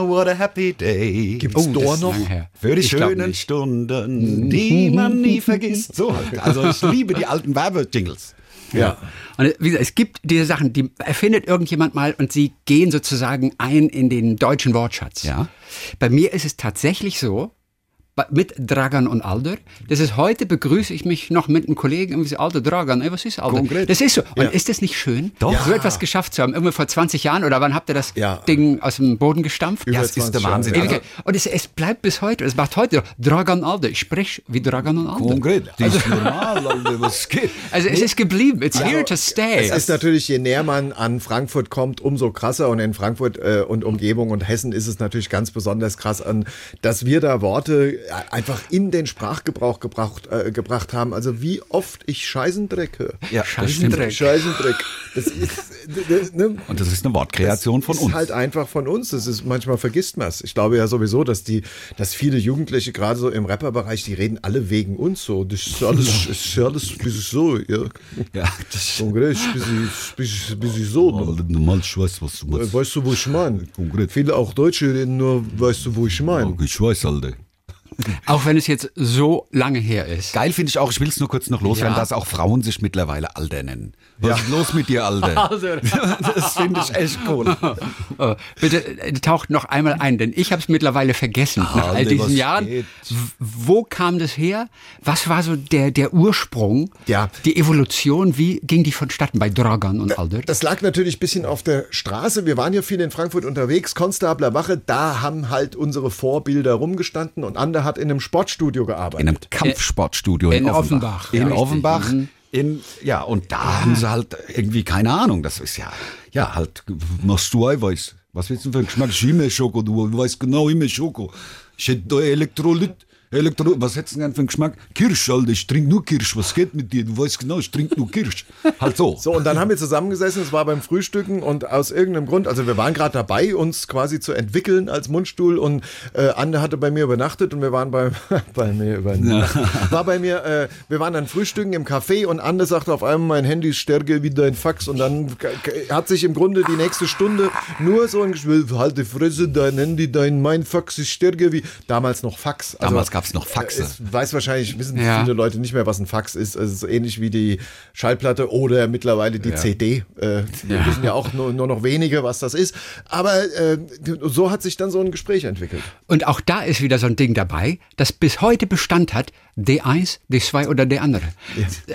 S3: what a happy day.
S2: Gibt's
S4: Oh, das
S2: Dor
S4: ist
S2: noch?
S4: lang her.
S3: Für die
S4: Ich glaub
S3: schönen
S4: nicht.
S3: Stunden, die man nie vergisst. So halt. Also ich liebe die alten Werbejingles.
S2: Ja.
S4: Und wie gesagt, es gibt diese Sachen, die erfindet irgendjemand mal und sie gehen sozusagen ein in den deutschen Wortschatz.
S3: Ja.
S4: Bei mir ist es tatsächlich so, bei- mit Dragan und Alder. Das ist heute begrüße ich mich noch mit einem Kollegen und ich sage, Alder Dragan, ey, was ist Alder?
S3: Konkret.
S4: Das ist so. Und ist das nicht schön,
S3: Doch.
S4: so etwas geschafft zu haben? Irgendwie vor 20 Jahren oder wann habt ihr das
S2: Ja.
S4: Ding aus dem Boden gestampft?
S2: Über
S3: Ja, es ist der
S2: 20 Jahre.
S3: Wahnsinn.
S4: Ewigkeit. Und es, es bleibt bis heute, es macht heute noch Dragan Alder. Ich spreche wie Dragan und Alder.
S3: Konkret. Das Oh, ist normal, Alter, was geht?
S4: Also es ist geblieben. It's here to stay.
S2: Also Es ist natürlich, je näher man an Frankfurt kommt, umso krasser. Und in Frankfurt äh, und Umgebung und Hessen ist es natürlich ganz besonders krass an, dass wir da Worte einfach in den Sprachgebrauch gebracht, äh, gebracht haben. Also wie oft ich Scheißendreck höre.
S3: Ja, das stimmt.
S4: Scheißendreck.
S2: Scheißendreck. Das ist, ne,
S3: Und das ist eine Wortkreation von
S2: ist
S3: uns.
S2: halt einfach von uns. Das ist manchmal vergisst man es. Ich glaube ja sowieso, dass die, dass viele Jugendliche gerade so im Rapperbereich, die reden alle wegen uns so. Das ist alles, das ist alles bis so, ja.
S3: ja, das
S2: Kongress, bis ich, bis, bis ich so. Ne?
S3: normal, ich weiß, was du meinst.
S2: Weißt du, wo ich meine?
S3: Konkret.
S2: Viele auch Deutsche reden nur, weißt du, wo ich meine?
S3: Ich weiß, Alter.
S4: Auch wenn es jetzt so lange her ist.
S3: Geil finde ich auch, ich will es nur kurz noch loswerden,
S4: Ja.
S3: dass auch Frauen sich mittlerweile Alter nennen. Was ist los mit dir, Alter? das finde ich echt cool.
S4: Äh, Bitte äh, taucht noch einmal ein, denn ich habe es mittlerweile vergessen nach all
S3: Alter,
S4: diesen
S3: Ah, was
S4: Jahren.
S3: geht?
S4: W- Wo kam das her? Was war so der, der Ursprung?
S2: Ja.
S4: Die Evolution, wie ging die vonstatten bei Dragan und Alder?
S2: Das lag natürlich ein bisschen auf der Straße. Wir waren ja viel in Frankfurt unterwegs, Konstabler Wache, da haben halt unsere Vorbilder rumgestanden und Ander hat in einem Sportstudio gearbeitet.
S3: In einem Kampfsportstudio in,
S4: Äh, in
S3: Offenbach.
S4: Offenbach, ja,
S3: in
S4: richtig.
S3: Offenbach.
S4: Mhm.
S3: In, ja, und da haben sie halt irgendwie, keine Ahnung, das ist ja, ja, halt, machst du Eiweiß. Was willst du für einen Geschmack? Ich immer Schoko, du weißt genau immer Schoko. Ich hätte da Elektrolyt, Elektro, was hättest du denn für einen Geschmack? Kirsch, Alter, ich trinke nur Kirsch, was geht mit dir? Du weißt genau, ich trinke nur Kirsch. Halt so.
S2: So, und dann haben wir zusammengesessen, es war beim Frühstücken und aus irgendeinem Grund, also wir waren gerade dabei, uns quasi zu entwickeln als Mundstuhl und äh, Anne hatte bei mir übernachtet und wir waren bei, bei mir übernachtet. War bei mir, äh, wir waren dann Frühstücken im Café und Anne sagte auf einmal, mein Handy ist stärker wie dein Fax und dann k- k- hat sich im Grunde die nächste Stunde nur so ein Geschwür, halt die Fresse, dein Handy, dein, mein Fax ist stärker wie, damals noch Fax. Also,
S3: Damals gab's noch Faxe.
S2: äh, es weiß wahrscheinlich, wissen
S4: Ja.
S2: viele Leute nicht mehr, was ein Fax ist. Also so ähnlich wie die Schallplatte oder mittlerweile die CD. Äh, wir wissen ja auch nur, nur noch wenige, was das ist. Aber äh, so hat sich dann so ein Gespräch entwickelt.
S4: Und auch da ist wieder so ein Ding dabei, das bis heute Bestand hat, D1, D2 oder der andere.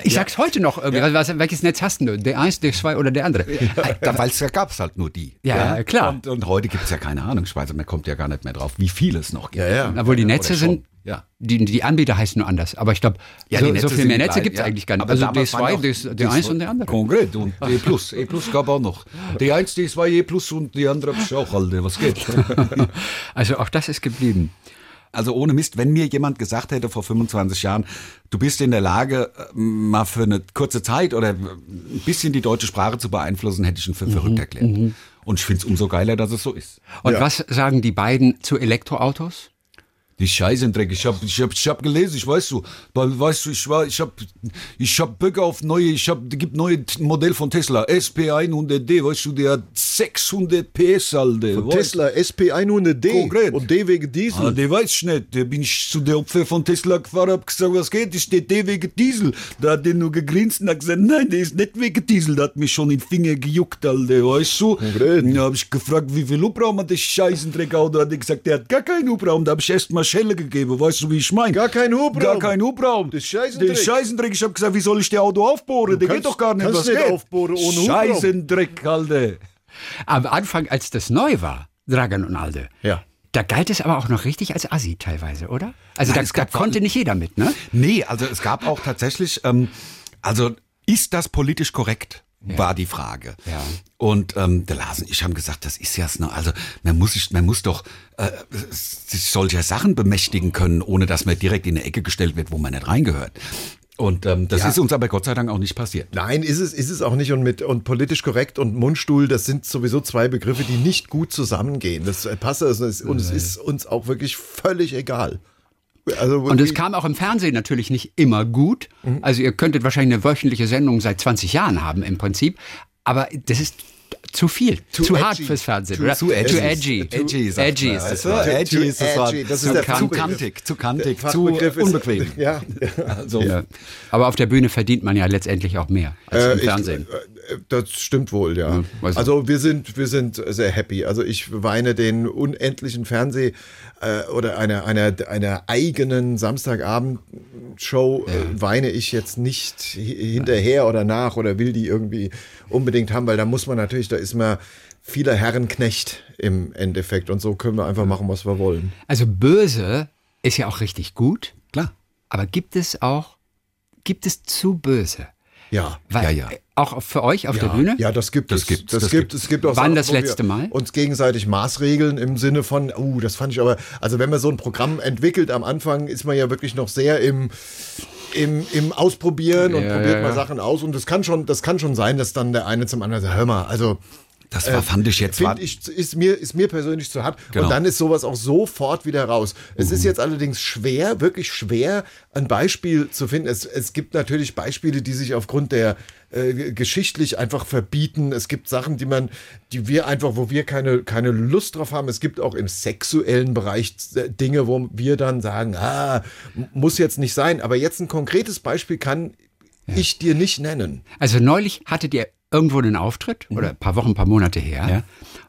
S4: Ich sag's heute noch irgendwie, was, welches Netz hast du? D1, D2 oder der andere. Äh,
S3: Da, Weil es ja gab's halt nur die.
S4: Ja, klar.
S3: Und, und heute gibt's ja keine Ahnung, ich weiß, man kommt ja gar nicht mehr drauf, wie viel es noch gibt.
S4: Obwohl die Netze
S3: Oder schon.
S4: sind,
S3: Ja.
S4: die, die Anbieter heißen nur anders. Aber ich glaube,
S3: Ja, die
S4: so,
S3: Netze
S4: so viel
S3: sind
S4: mehr
S3: die
S4: Netze
S3: gleichen,
S4: gibt's
S3: ja.
S4: eigentlich gar nicht.
S3: Aber
S4: also
S3: damals waren
S4: D2,
S3: auch-
S4: D, D1 und der andere.
S3: Konkret und E plus. E plus gab auch noch. D1, D2, E plus und die andere hab ich auch, Alter. Was geht?
S4: Also auch das ist geblieben.
S3: Also ohne Mist, wenn mir jemand gesagt hätte vor 25 Jahren, du bist in der Lage, äh, mal für eine kurze Zeit oder ein bisschen die deutsche Sprache zu beeinflussen, hätte ich ihn für verrückt erklärt. Und ich find's umso geiler, dass es so ist.
S4: Und was sagen die beiden zu Elektroautos?
S3: Die Scheiße im Dreck. Ich hab, ich hab, ich hab gelesen, ich weiß du, weil, weißt du, ich war, ich hab, ich hab Böcke auf neue, ich hab, es gibt neue T- Modell von Tesla, SP100D, weißt du, der hat 600 PS, Alter. weißt-
S2: Tesla SP100D
S3: Konkret.
S2: und D wegen Diesel.
S3: Ah, der weiß ich nicht, der bin ich zu der Opfer von Tesla gefahren, hab gesagt, was geht, ich steht der wegen Diesel. Da hat der nur gegrinst und hat gesagt, nein, der ist nicht wegen Diesel, der hat mich schon in den Finger gejuckt, Alter, weißt du.
S2: Konkret.
S3: Da hab ich gefragt, wie viel Hubraum hat der Scheißendreckauto, hat er gesagt, der hat gar keinen Hubraum, da hab ich erst mal Schelle gegeben, weißt du, wie ich mein?
S2: Gar keinen Hubraum.
S3: Gar keinen Hubraum.
S2: Das Scheißendreck.
S3: Der Scheißendreck, ich hab gesagt, wie soll ich der Auto aufbohren, der geht
S2: kannst-
S3: doch gar nicht,
S2: kannst
S3: was
S2: nicht
S3: geht?
S2: aufbohren ohne Hubraum.
S3: Scheißendreck, Alter.
S4: Am Anfang, als das neu war, Dragan und Alde,
S2: Ja.
S4: da galt es aber auch noch richtig als Assi teilweise, oder? Also
S3: Nein,
S4: da,
S3: es
S4: da
S3: gab-
S4: konnte nicht jeder mit, ne?
S3: Nee, also es gab auch tatsächlich, ähm, also ist das politisch korrekt? war die Frage.
S4: Ja.
S3: Und ähm, der Lars und ich haben gesagt, das ist ja ne, also man muss sich, man muss doch äh, sich solcher Sachen bemächtigen können, ohne dass man direkt in eine Ecke gestellt wird, wo man nicht reingehört. Und ähm, das ist uns aber Gott sei Dank auch nicht passiert.
S2: Nein, ist es, ist es auch nicht. Und mit und politisch korrekt und Mundstuhl, das sind sowieso zwei Begriffe, die nicht gut zusammengehen. Das äh, passt also, es- und es ist uns auch wirklich völlig egal. Also,
S4: Und es kam auch im Fernsehen natürlich nicht immer gut.
S2: Mhm.
S4: Also ihr könntet wahrscheinlich eine wöchentliche Sendung seit 20 Jahren haben im Prinzip. Aber das ist zu viel, zu,
S2: edgy.
S4: hart fürs Fernsehen,
S2: Zu-
S4: oder?
S2: zu edgy.
S4: Too edgy.
S2: Too-
S3: sagt
S4: Edgy
S3: man.
S4: ist das
S3: Weißt du?
S2: Wort. Too
S3: edgy ist das Wort.
S2: edgy, das ist
S3: zu,
S2: der
S3: zu
S2: Fachbegriff.
S3: kantig, zu kantig,
S2: Der
S3: zu
S2: Fachbegriff ist-
S3: unbequem.
S2: Ja,
S3: Also,
S4: Ja. Aber auf der Bühne verdient man ja letztendlich auch mehr als im
S2: Äh, ich-
S4: Fernsehen.
S2: äh, Das stimmt wohl, ja.
S4: weiß
S2: also wir sind, wir sind sehr happy. Also ich weine den unendlichen Fernseh äh, oder einer, einer, einer eigenen Samstagabendshow äh, weine ich jetzt nicht hi- hinterher oder nach oder will die irgendwie unbedingt haben, weil da muss man natürlich, da ist man vieler Herrenknecht im Endeffekt und so können wir einfach machen, was wir wollen.
S4: Also böse ist ja auch richtig gut,
S3: Klar.
S4: aber gibt es auch, gibt es zu böse?
S2: Ja.
S4: Weil,
S3: Ja, ja.
S4: äh, Auch für euch auf der Bühne?
S2: Ja, das gibt
S3: Das
S2: es.
S3: gibt's,
S2: das,
S3: das
S2: gibt es. Es gibt auch
S4: Wann
S2: Sachen,
S4: das
S2: wo wir
S4: letzte Mal?
S2: Uns gegenseitig Maßregeln im Sinne von, uh, das fand ich aber, also wenn man so ein Programm entwickelt, am Anfang ist man ja wirklich noch sehr im, im, im Ausprobieren und
S4: Ja,
S2: probiert
S4: ja,
S2: mal
S4: ja.
S2: Sachen aus. Und das kann schon, das kann schon sein, dass dann der eine zum anderen sagt, hör mal, also
S3: Das war, fand ich jetzt war,
S2: finde ich, ist mir, ist mir persönlich zu hart.
S3: Genau. Mhm.
S2: Und dann ist sowas auch sofort wieder raus. Es ist jetzt allerdings schwer, wirklich schwer, ein Beispiel zu finden. Es, es gibt natürlich Beispiele, die sich aufgrund der äh, g- geschichtlich einfach verbieten. Es gibt Sachen, die man, die wir einfach, wo wir keine, keine Lust drauf haben. Es gibt auch im sexuellen Bereich äh, Dinge, wo wir dann sagen, ah, m- muss jetzt nicht sein. Aber jetzt ein konkretes Beispiel kann ich dir nicht nennen.
S4: Also neulich hattet ihr irgendwo einen Auftritt oder ein paar Wochen, ein paar Monate her.
S3: Mhm. Ja.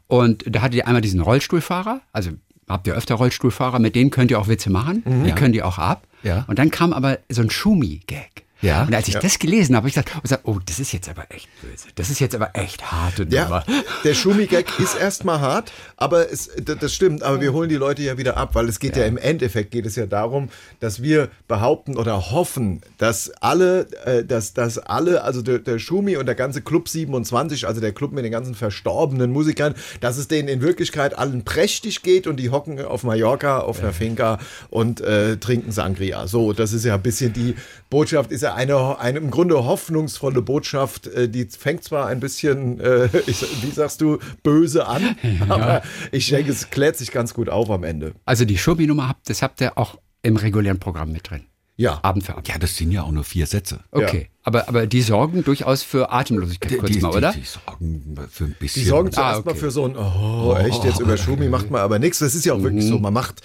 S4: Und da hattet ihr einmal diesen Rollstuhlfahrer. Also habt ihr öfter Rollstuhlfahrer, mit denen könnt ihr auch Witze machen. Die können die auch ab.
S3: Mhm. Ja.
S4: Und dann kam aber so ein Schumi-Gag.
S3: Ja.
S4: Und als ich das gelesen habe, habe ich gesagt, hab gesagt, oh, das ist jetzt aber echt böse. Das ist jetzt aber echt harte
S2: Ja,
S4: Nummer.
S2: der Schumi-Gag ist erstmal hart, aber es, d- das stimmt, aber wir holen die Leute ja wieder ab, weil es geht ja, im Endeffekt geht es ja darum, dass wir behaupten oder hoffen, dass alle, äh, dass, dass alle, also der, der Schumi und der ganze Club 27, also der Club mit den ganzen verstorbenen Musikern, dass es denen in Wirklichkeit allen prächtig geht und die hocken auf Mallorca, auf einer Finca und äh, trinken Sangria. So, das ist ja ein bisschen die Botschaft, ist ja eine, eine im Grunde hoffnungsvolle Botschaft, äh, die fängt zwar ein bisschen, äh, ich, wie sagst du, böse an, aber ich denke, es klärt sich ganz gut auf am Ende.
S4: Also die Schumi-Nummer, habt, das habt ihr auch im regulären Programm mit drin.
S2: Ja.
S4: Abend für Abend.
S3: ja, das sind ja auch nur vier Sätze.
S4: Okay, aber, aber die sorgen durchaus für Atemlosigkeit kurz mal, oder?
S3: Die, die sorgen für ein bisschen.
S2: Die sorgen zuerst
S4: Ah, okay.
S2: mal für so ein, oh, echt, jetzt über Schumi macht man aber nichts. Das ist ja auch wirklich
S3: Mhm.
S2: so, man macht,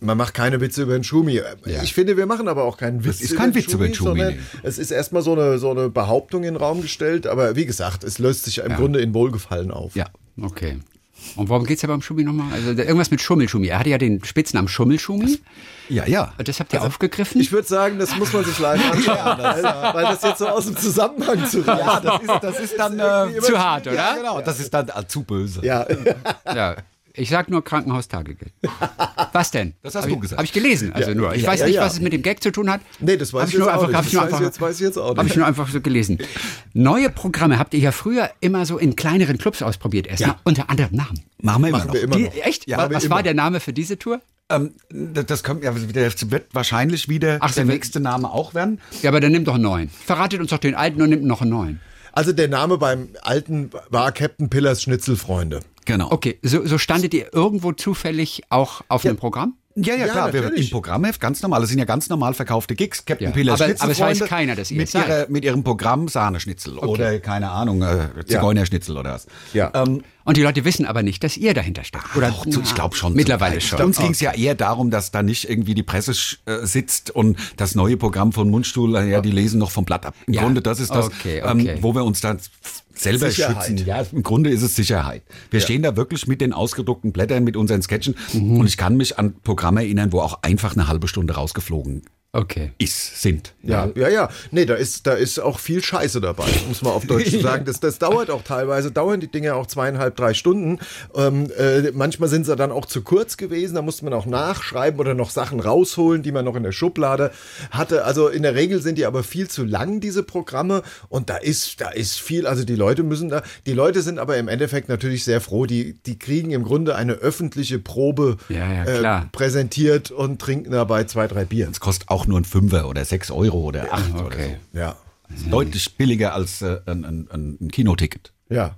S2: man macht keine Witze über den Schumi. Ich finde, wir machen aber auch keinen Witz
S3: ist kein Witz über den Schumi,
S2: sondern
S3: nee.
S2: Es ist erstmal so eine, so eine Behauptung in den Raum gestellt, aber wie gesagt, es löst sich im Grunde in Wohlgefallen auf.
S3: ja,
S4: Okay. Und worum geht's ja beim Schumi nochmal? Also da- irgendwas mit Schummelschumi. Er hatte ja den Spitznamen Schummelschumi.
S3: ja, ja.
S4: Das, das habt ihr aufgegriffen?
S2: also, Ich würde sagen, das muss man sich live anschauen, weil- weil das jetzt so aus dem Zusammenhang zu reißen. Ja,
S3: Das ist, das ist dann
S2: irgendwie
S3: äh,
S2: immer-
S4: zu hart, oder?
S3: Ja, genau, das ist dann äh, zu böse.
S2: Ja,
S4: ja. Ich sag nur Krankenhaustagegeld. Was denn?
S3: Das hast
S4: hab
S3: du
S4: ich,
S3: gesagt.
S4: Habe ich gelesen, also
S2: Ja,
S4: nur. Ich
S2: ja,
S4: weiß
S2: ja,
S4: nicht,
S2: ja.
S4: was es mit dem Gag zu tun hat.
S2: Nee, das weiß
S4: Hab
S2: ich
S4: ich nur
S2: jetzt auch
S4: einfach,
S2: nicht.
S4: hab ich nur
S2: Das weiß
S4: einfach,
S2: ich jetzt- weiß ich jetzt auch nicht.
S4: Habe ich nur einfach so gelesen. Neue Programme habt ihr ja früher immer so in kleineren Clubs ausprobiert, erst mal unter anderem Namen.
S3: Machen wir immer
S2: machen
S3: noch.
S2: wir immer
S4: Die,
S2: noch.
S4: echt?
S2: Ja,
S4: Wa-
S2: haben wir
S4: was war
S2: immer.
S4: der Name für diese Tour?
S3: Ähm, das das kommt, ja, das wird wahrscheinlich wieder
S4: Ach,
S3: der
S4: so,
S3: nächste Name auch werden.
S4: Ja, aber dann nimmt doch einen neuen. Verratet uns doch den alten und nimmt noch einen neuen.
S2: Also der Name beim Alten war Captain Pillars Schnitzelfreunde.
S3: Genau.
S4: Okay, so, so standet ihr irgendwo zufällig auch auf einem Programm?
S3: Ja, ja,
S2: Ja,
S3: klar, wir,
S2: natürlich.
S3: im Programmheft ganz normal. Das sind ja ganz normal verkaufte Gigs. Captain
S4: Ja.
S3: Pillars
S4: Aber-
S3: Schnitzelfreunde
S4: aber es weiß keiner, dass ihr es
S3: mit,
S4: seid.
S3: ihrer, mit ihrem Programm Sahneschnitzel oder keine Ahnung, äh, Zigeunerschnitzel oder was.
S2: Ja.
S3: Ähm,
S4: Und die Leute wissen aber nicht, dass ihr dahinter steckt. Oder
S3: Doch, so, ich glaube schon.
S4: Mittlerweile
S3: Ich
S4: schon.
S3: glaub, Uns ging es ja eher darum, dass da nicht irgendwie die Presse sch- äh, sitzt und das neue Programm von Mundstuhl, äh, ja, die lesen noch vom Blatt ab. Im
S4: Ja.
S3: Grunde, das ist das,
S4: Okay, okay.
S3: Ähm, wo wir uns dann selber
S2: Sicherheit.
S3: schützen. Ja, im Grunde ist es Sicherheit. Wir stehen da wirklich mit den ausgedruckten Blättern, mit unseren Sketchen
S4: Mhm.
S3: und ich kann mich an Programme erinnern, wo auch einfach eine halbe Stunde rausgeflogen
S4: Okay.
S3: ist, sind.
S2: Ja,
S4: Ne?
S2: ja, ja. Nee, da ist, da ist auch viel Scheiße dabei, muss man auf Deutsch sagen. Das, das dauert auch teilweise, dauern die Dinge auch zweieinhalb, drei Stunden. Ähm, äh, manchmal sind sie dann auch zu kurz gewesen, da musste man auch nachschreiben oder noch Sachen rausholen, die man noch in der Schublade hatte. Also in der Regel sind die aber viel zu lang, diese Programme. Und da ist, da ist viel, also die Leute müssen da, die Leute sind aber im Endeffekt natürlich sehr froh, die, die kriegen im Grunde eine öffentliche Probe äh,
S4: Ja, ja, klar.
S2: präsentiert und trinken dabei zwei, drei Bier.
S3: Es kostet auch nur ein Fünfer oder sechs Euro oder acht oder so.
S4: Okay.
S2: Ja.
S3: Das ist Deutlich billiger als äh, ein, ein, ein ein Kinoticket.
S2: Ja.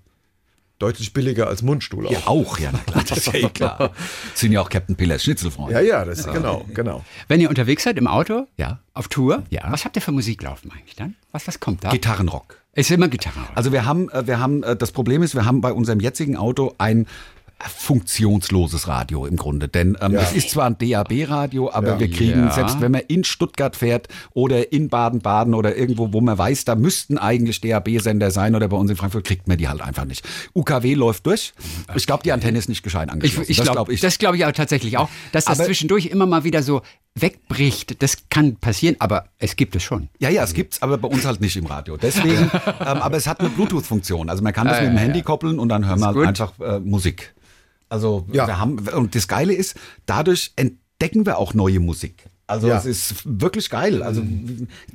S2: Deutlich billiger als Mundstuhl auch.
S3: Ja, auch, ja, na klar, das ist ja eh klar. Sind ja auch Captain Pillars Schnitzelfreunde.
S2: Ja, ja, das genau, genau.
S4: Wenn ihr unterwegs seid im Auto,
S3: Ja.
S4: auf Tour,
S3: Ja.
S4: was habt ihr für Musik laufen eigentlich dann? Was, was kommt da?
S3: Gitarrenrock.
S4: ist immer Gitarre.
S3: Also wir haben, äh, wir haben, äh, das Problem ist, wir haben bei unserem jetzigen Auto ein funktionsloses Radio im Grunde. Denn ähm, es ist zwar ein DAB-Radio, aber wir kriegen,
S4: Ja.
S3: selbst wenn man in Stuttgart fährt oder in Baden-Baden oder irgendwo, wo man weiß, da müssten eigentlich DAB-Sender sein oder bei uns in Frankfurt, kriegt man die halt einfach nicht. UKW läuft durch. Ich glaube, die Antenne ist nicht gescheit
S4: ich
S3: angeschlossen.
S4: ich glaube, glaub ich. das glaube ich aber tatsächlich auch, dass das
S3: Aber-
S4: zwischendurch immer mal wieder so wegbricht. Das kann passieren, aber es gibt es schon.
S3: Ja, ja, es gibt's, aber bei uns halt nicht im Radio. Deswegen, ähm, aber es hat eine Bluetooth-Funktion. Also man kann das
S4: Ah,
S3: mit dem
S4: ja,
S3: Handy
S4: ja.
S3: koppeln und dann hören wir halt
S4: gut.
S3: einfach äh, Musik. Also
S2: Ja.
S3: wir haben und das Geile ist, dadurch entdecken wir auch neue Musik. Also
S2: Ja.
S3: es ist wirklich geil. Also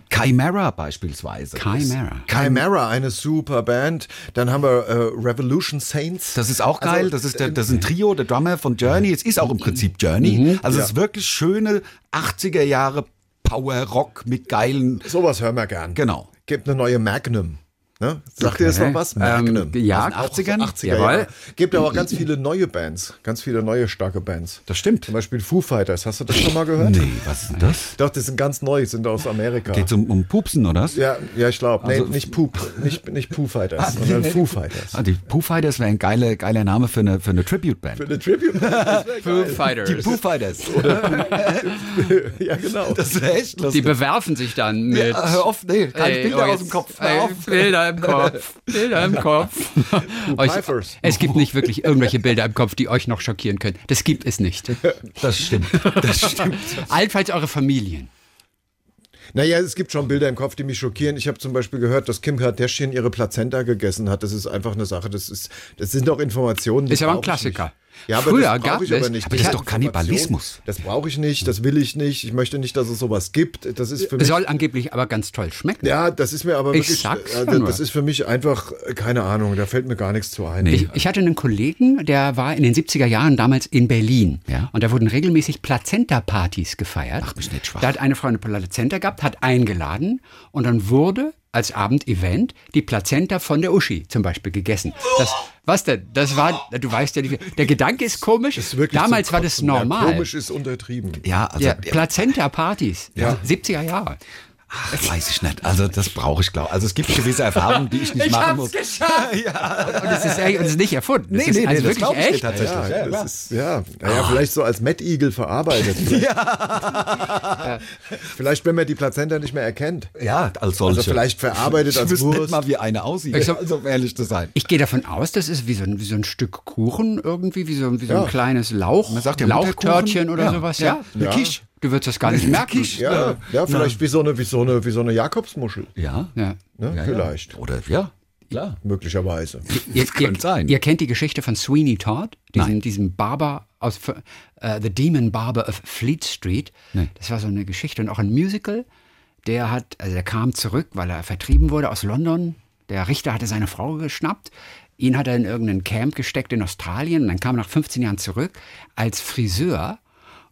S3: Chimera beispielsweise.
S4: Chimera.
S2: Chimera, eine super Band. Dann haben wir äh, Revolution Saints. Also
S3: Das ist auch geil. das, ist der, das ist ein Trio, der Drummer von Journey. Es ist auch im Prinzip Journey. Also es ist wirklich schöne 80er Jahre Power Rock mit geilen.
S2: Sowas hören wir gern.
S3: Genau.
S2: Gibt eine neue Magnum. Ne? Sagt ihr das noch was? Magnum.
S4: Ähm, ja,
S2: Aus den
S3: 80ern?
S2: 80er
S4: Jawohl.
S2: Jahre. Gibt aber auch ganz viele neue Bands. Ganz viele neue starke Bands.
S3: Das stimmt.
S2: Zum Beispiel Foo Fighters. Hast du das schon mal gehört?
S3: Nee, was ist denn das?
S2: Doch, das sind ganz neu, sind aus Amerika.
S3: Geht's um, um Pupsen oder was?
S2: Ja, ja, ich glaube. Nee, nicht Poop, nicht, nicht Poo Fighters, sondern Foo Fighters.
S3: Also Ah, die Foo Fighters wäre ein geiler, geiler Name für eine, für eine Tribute-Band.
S2: Für eine Tribute. Das wär
S4: Foo
S2: geil.
S3: Die
S4: Fighters.
S3: Foo Fighters.
S2: ja, genau.
S3: Das wäre echt
S4: Die
S3: lustig.
S4: bewerfen sich dann mit.
S3: Ja, hör auf, nee, keine
S4: Ey,
S3: Bilder
S4: oh,
S3: aus dem
S4: jetzt-
S3: Kopf.
S4: ey,
S3: Hör auf.
S4: Bilder im Kopf. Bilder im Kopf. euch,
S2: Pfeifers.
S4: es gibt nicht wirklich irgendwelche Bilder im Kopf, die euch noch schockieren können. Das gibt es nicht.
S3: Das stimmt. Das stimmt.
S4: Allenfalls eure Familien.
S2: Naja, es gibt schon Bilder im Kopf, die mich schockieren. Ich habe zum Beispiel gehört, dass Kim Kardashian ihre Plazenta gegessen hat. Das ist einfach eine Sache. Das, ist, das sind doch Informationen. die
S4: Ist aber ein
S2: brauch ich
S4: Klassiker.
S2: nicht. Ja, aber
S4: Früher
S2: das brauch
S4: gab
S2: ich aber
S4: es-
S2: nicht.
S4: aber
S3: das ist
S2: Diese
S3: doch Kannibalismus.
S2: Information, Das brauche ich nicht, das will ich nicht. Ich möchte nicht, dass es sowas gibt. Das ist für mich.
S4: Soll angeblich aber ganz toll schmecken.
S2: ja, das ist mir aber
S4: Ich
S2: wirklich.
S4: sag's
S2: äh,
S4: ja nur.
S2: das ist für mich einfach, äh, keine Ahnung, da fällt mir gar nichts zu ein.
S4: Ich, ich hatte einen Kollegen, der war in den 70er Jahren damals in Berlin.
S3: Ja.
S4: Und da wurden regelmäßig Plazenta-Partys gefeiert.
S3: Mach mich nicht schwach.
S4: Da hat eine Frau eine Plazenta gehabt, hat eingeladen und dann wurde als Abendevent die Plazenta von der Uschi zum Beispiel gegessen.
S3: Oh.
S4: Das, was denn? Das war, du weißt ja nicht, der Gedanke ist komisch.
S2: Das ist wirklich
S4: damals
S2: zum
S4: war
S2: Kotzen.
S4: das
S2: Ja,
S4: normal.
S2: komisch ist untertrieben.
S3: Ja, also
S4: ja, Plazenta-Partys, 70er Jahre.
S3: Ach, weiß ich nicht. Also das brauche ich glaube. Also es gibt gewisse Erfahrungen, die ich nicht machen muss.
S4: geschafft! Und es ist, echt- und es ist nicht erfunden. Es
S3: Nee,
S4: ist
S3: nee, nee,
S4: also
S3: das glaub
S4: wirklich
S3: ich dir
S4: echt.
S3: tatsächlich.
S2: Ja,
S3: Ja, klar.
S2: das ist, ja, naja, vielleicht so als Mad Eagle verarbeitet. Vielleicht. vielleicht, wenn man die Plazenta nicht mehr erkennt.
S3: Ja, als solche.
S2: Also vielleicht verarbeitet
S3: ich
S2: als
S3: wüsste
S2: Wurst.
S3: nicht mal, wie eine aussieht. Ich also, um ehrlich zu sein.
S4: Ich gehe davon aus, das ist wie so, ein, wie so ein Stück Kuchen irgendwie, wie so, wie so ein
S2: Ja.
S4: kleines Lauch,
S3: Man sagt ja
S4: Lauchtörtchen
S3: Mutterkuchen.
S4: oder
S3: Ja,
S4: sowas.
S3: ja.
S4: Ja.
S3: Eine Quiche.
S4: Du wirst das gar nicht merken.
S2: Ja, ja vielleicht wie so, eine, wie, so eine, wie so eine Jakobsmuschel.
S3: Ja.
S4: Ja.
S2: Ne? vielleicht.
S3: Oder ja, klar.
S2: Möglicherweise.
S4: Ihr, ihr,
S3: könnte sein.
S4: ihr kennt die Geschichte von Sweeney Todd, diesem, diesem Barber aus äh, The Demon Barber of Fleet Street. Das war so eine Geschichte und auch ein Musical. Der hat, also der kam zurück, weil er vertrieben wurde aus London. Der Richter hatte seine Frau geschnappt. Ihn hat er in irgendein Camp gesteckt in Australien und dann kam er nach 15 Jahren zurück als Friseur.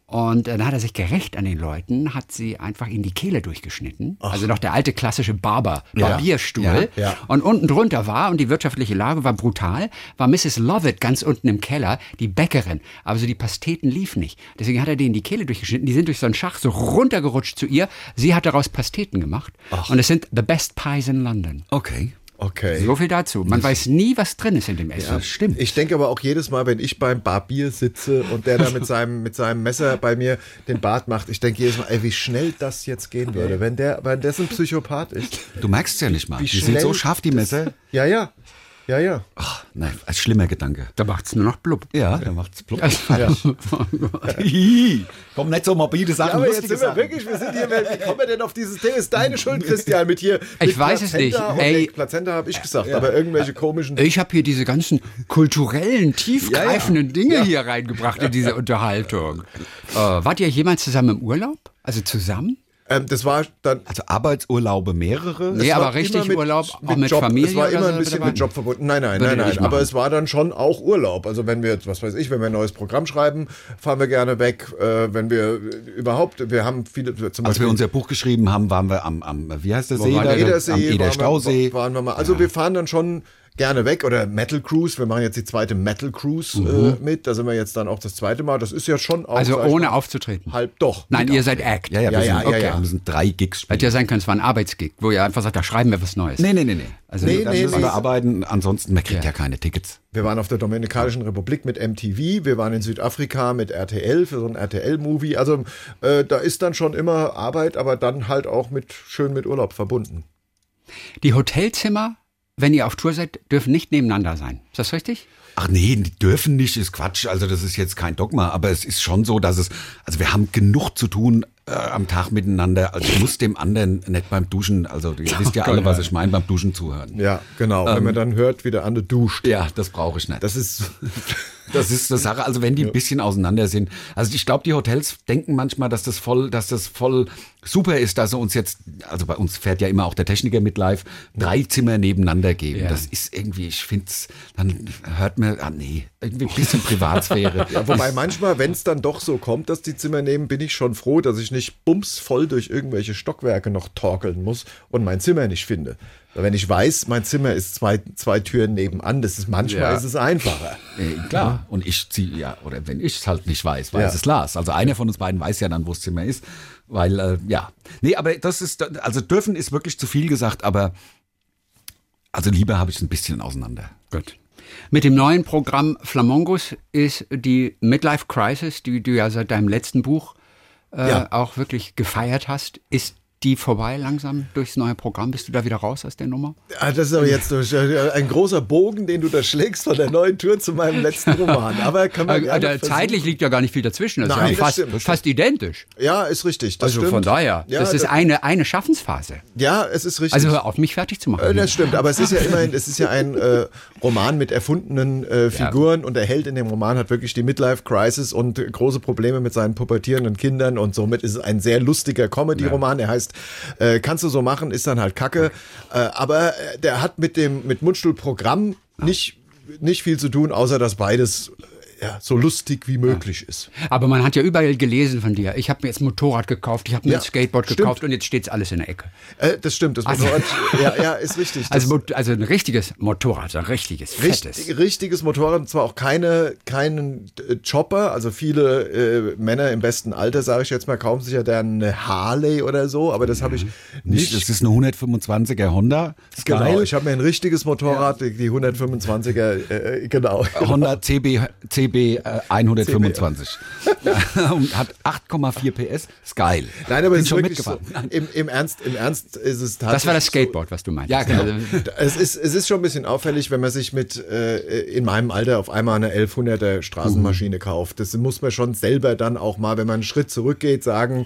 S4: Und äh, dann hat er sich gerecht an den Leuten, hat sie einfach in die Kehle durchgeschnitten. Also noch der alte klassische Barber, Barbierstuhl.
S3: Ja,
S2: ja.
S4: Und unten drunter war, und die wirtschaftliche Lage war brutal, war Mrs. Lovett ganz unten im Keller, die Bäckerin. Aber so die Pasteten liefen nicht. Deswegen hat er denen die Kehle durchgeschnitten. Die sind durch so einen Schach so runtergerutscht zu ihr. Sie hat daraus Pasteten gemacht. Und es sind the best pies in London.
S3: Okay.
S2: Okay.
S4: So viel dazu. Man weiß nie, was drin ist in dem Essen.
S3: Stimmt.
S2: Ich denke aber auch jedes Mal, wenn ich beim Barbier sitze und der da mit seinem, mit seinem Messer bei mir den Bart macht, ich denke jedes Mal, ey, wie schnell das jetzt gehen würde, wenn der, wenn das ein Psychopath ist.
S3: Du merkst es ja nicht mal.
S2: Wie
S3: die sind so
S2: schnell
S3: scharf, die Messer.
S2: Ja, ja. Ja, ja.
S3: Ach, nein, als schlimmer Gedanke.
S4: Da macht's nur noch blub.
S3: Ja, dann macht's blub.
S4: Also,
S3: Ih, Komm, nicht so morbide Sachen.
S2: Ja, aber jetzt
S3: lustige
S2: sind wir
S3: Sachen.
S2: wirklich, wir sind hier, wie kommen wir denn auf dieses Thema? Ist deine Schuld, Christian, mit hier.
S4: Ich
S2: mit
S4: weiß es nicht.
S2: Und
S4: Ey.
S2: nee, Plazenta habe ich gesagt, aber irgendwelche komischen.
S4: ich habe hier diese ganzen kulturellen, tiefgreifenden Dinge hier reingebracht in diese Unterhaltung. Äh, wart ihr jemals zusammen im Urlaub? Also zusammen?
S2: Ähm, das war dann.
S3: Also Arbeitsurlaube mehrere.
S4: Nee,
S2: es
S4: aber
S2: war
S4: richtig
S2: immer mit,
S4: Urlaub, auch mit
S2: Job.
S4: Familie
S2: Es war
S4: oder
S2: immer
S4: so
S2: ein bisschen
S4: dabei?
S2: mit Job verbunden. Nein, nein,
S4: Würde
S2: nein, nein.
S4: ich machen.
S2: Aber es war dann schon auch Urlaub. Also wenn wir jetzt, was weiß ich, wenn wir ein neues Programm schreiben, fahren wir gerne weg. Äh, wenn wir überhaupt, wir haben viele,
S4: Also
S2: zum
S3: Als
S2: Beispiel
S3: wir unser Buch geschrieben haben, waren wir am, am wie heißt der See?
S2: am
S3: da?
S2: Edersee,
S3: am Eder
S2: waren
S3: Stausee.
S2: Wir, waren wir mal. Also wir fahren dann schon gerne weg oder Metal Cruise. Wir machen jetzt die zweite Metal Cruise
S3: Mhm.
S2: äh, mit. Da sind wir jetzt dann auch das zweite Mal. Das ist ja schon auch
S4: Also
S2: sag ich
S4: ohne
S2: mal,
S4: aufzutreten.
S2: halb doch.
S4: Nein, ihr seid Act.
S3: Ja, ja, wir,
S2: Ja,
S3: sind,
S2: ja, ja,
S3: okay.
S2: ja.
S3: wir müssen drei Gigs spielen.
S4: Hätte ja sein können, es war ein Arbeitsgig, wo ihr einfach sagt, da schreiben wir was Neues.
S3: Nee, nee, nee, nee.
S4: Also
S2: Nee,
S3: Dann
S2: nee,
S3: müssen
S2: nee.
S3: wir arbeiten, ansonsten, man kriegt ja, keine Tickets.
S2: Wir waren auf der Dominikanischen Republik mit MTV, wir waren in Südafrika mit RTL für so einen RTL-Movie. Also äh, da ist dann schon immer Arbeit, aber dann halt auch mit schön mit Urlaub verbunden.
S4: Die Hotelzimmer, wenn ihr auf Tour seid, dürfen nicht nebeneinander sein. Ist das richtig?
S3: Ach nee, die dürfen nicht, ist Quatsch. Also das ist jetzt kein Dogma, aber es ist schon so, dass es, also wir haben genug zu tun, äh, am Tag miteinander. Also ich muss dem anderen nicht beim Duschen, also ihr wisst ja alle, was ich meine, beim Duschen zuhören.
S2: Ja, genau. Wenn man dann hört, wie der andere duscht.
S3: Ähm. Ja, das brauche ich nicht.
S2: Das ist.
S3: Das ist eine Sache, also wenn die ein bisschen auseinander sind. Also ich glaube, die Hotels denken manchmal, dass das voll, dass das voll super ist, dass sie uns jetzt, also bei uns fährt ja immer auch der Techniker mit live, drei Zimmer nebeneinander geben. Das ist irgendwie, ich finde es, dann hört man, ah nee, irgendwie ein bisschen Privatsphäre.
S2: Wobei manchmal, wenn es dann doch so kommt, dass die Zimmer nehmen, bin ich schon froh, dass ich nicht bumsvoll durch irgendwelche Stockwerke noch torkeln muss und mein Zimmer nicht finde. Weil Wenn ich weiß, mein Zimmer ist zwei, zwei Türen nebenan, das ist manchmal
S4: Ja.
S2: ist es einfacher.
S3: Äh, Klar, und ich ziehe, ja, oder wenn ich es halt nicht weiß, weiß
S2: Ja.
S3: es Lars. Also einer von uns beiden weiß ja dann, wo das Zimmer ist, weil, äh, ja. Nee, aber das ist, also dürfen ist wirklich zu viel gesagt, aber also lieber habe ich es ein bisschen auseinander.
S4: Gut. Mit dem neuen Programm Flamongos ist die Midlife Crisis, die du ja seit deinem letzten Buch äh,
S2: Ja.
S4: auch wirklich gefeiert hast, ist die vorbei langsam durchs neue Programm? Bist du da wieder raus aus der Nummer?
S2: Ah, das ist aber jetzt durch, äh, ein großer Bogen, den du da schlägst von der neuen Tour zu meinem letzten Roman. Aber kann man
S4: Äh,
S2: gerne
S4: da-
S2: versuchen.
S4: zeitlich liegt ja gar nicht viel dazwischen. Das
S2: Nein,
S4: ist ja
S2: das
S4: fast,
S2: stimmt, das
S4: fast identisch.
S2: Ja, ist richtig. Das
S4: Also
S2: stimmt.
S4: von daher,
S2: Ja,
S4: das ist
S2: da-
S4: eine, eine Schaffensphase.
S2: ja, es ist richtig.
S4: Also hör auf, mich fertig zu machen.
S2: Äh, Das stimmt, aber es ist ja immerhin, es ist ja ein äh, Roman mit erfundenen äh, Figuren und der Held in dem Roman hat wirklich die Midlife-Crisis und äh, große Probleme mit seinen pubertierenden Kindern und somit ist es ein sehr lustiger Comedy-Roman. Der heißt, äh, kannst du so machen, ist dann halt Kacke. Äh, aber äh, der hat mit dem mit Mundstuhl-Programm nicht nicht viel zu tun, außer dass beides äh, ja, so lustig wie möglich ist.
S4: Aber man hat ja überall gelesen von dir. Ich habe mir jetzt ein Motorrad gekauft, ich habe mir
S2: Ja,
S4: ein Skateboard
S2: stimmt.
S4: gekauft und jetzt steht alles in der Ecke.
S2: Äh, das stimmt, das Motorrad, ja, ja, ist richtig. Das,
S4: Also, Mot- also ein richtiges Motorrad, ein richtiges, fettes.
S2: Richtig, richtiges Motorrad, und zwar auch keine, keinen äh, Chopper. Also viele äh, Männer im besten Alter, sage ich jetzt mal, kaufen sich ja dann eine Harley oder so, aber das habe ich
S3: Nicht,
S2: Mhm. nicht.
S3: das ist eine 125er Honda Style,
S2: genau, ich habe mir ein richtiges Motorrad, die- die 125er, äh, genau.
S3: Honda CB, CB äh, 125 und hat 8,4 PS, ist geil.
S2: Nein,
S3: Bin
S2: aber es ist
S3: schon
S2: wirklich so,
S3: mitgefahren.
S2: im, im, Ernst, im Ernst ist es tatsächlich
S4: Das war das
S2: so-
S4: Skateboard, was du meinst.
S3: Ja, genau.
S2: Es ist, es ist schon ein bisschen auffällig, wenn man sich mit äh, in meinem Alter auf einmal eine 1100er Straßenmaschine kauft. Das muss man schon selber dann auch mal, wenn man einen Schritt zurückgeht, sagen,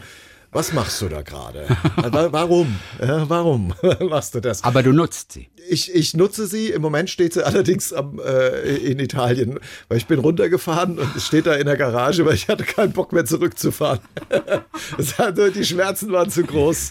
S2: was machst du da gerade? Wa- Warum? Ja, warum machst du das?
S4: Aber du nutzt sie.
S2: Ich, ich nutze sie. Im Moment steht sie allerdings am, äh, in Italien, weil ich bin runtergefahren und es steht da in der Garage, weil ich hatte keinen Bock mehr zurückzufahren. Das hatte, die Schmerzen waren zu groß.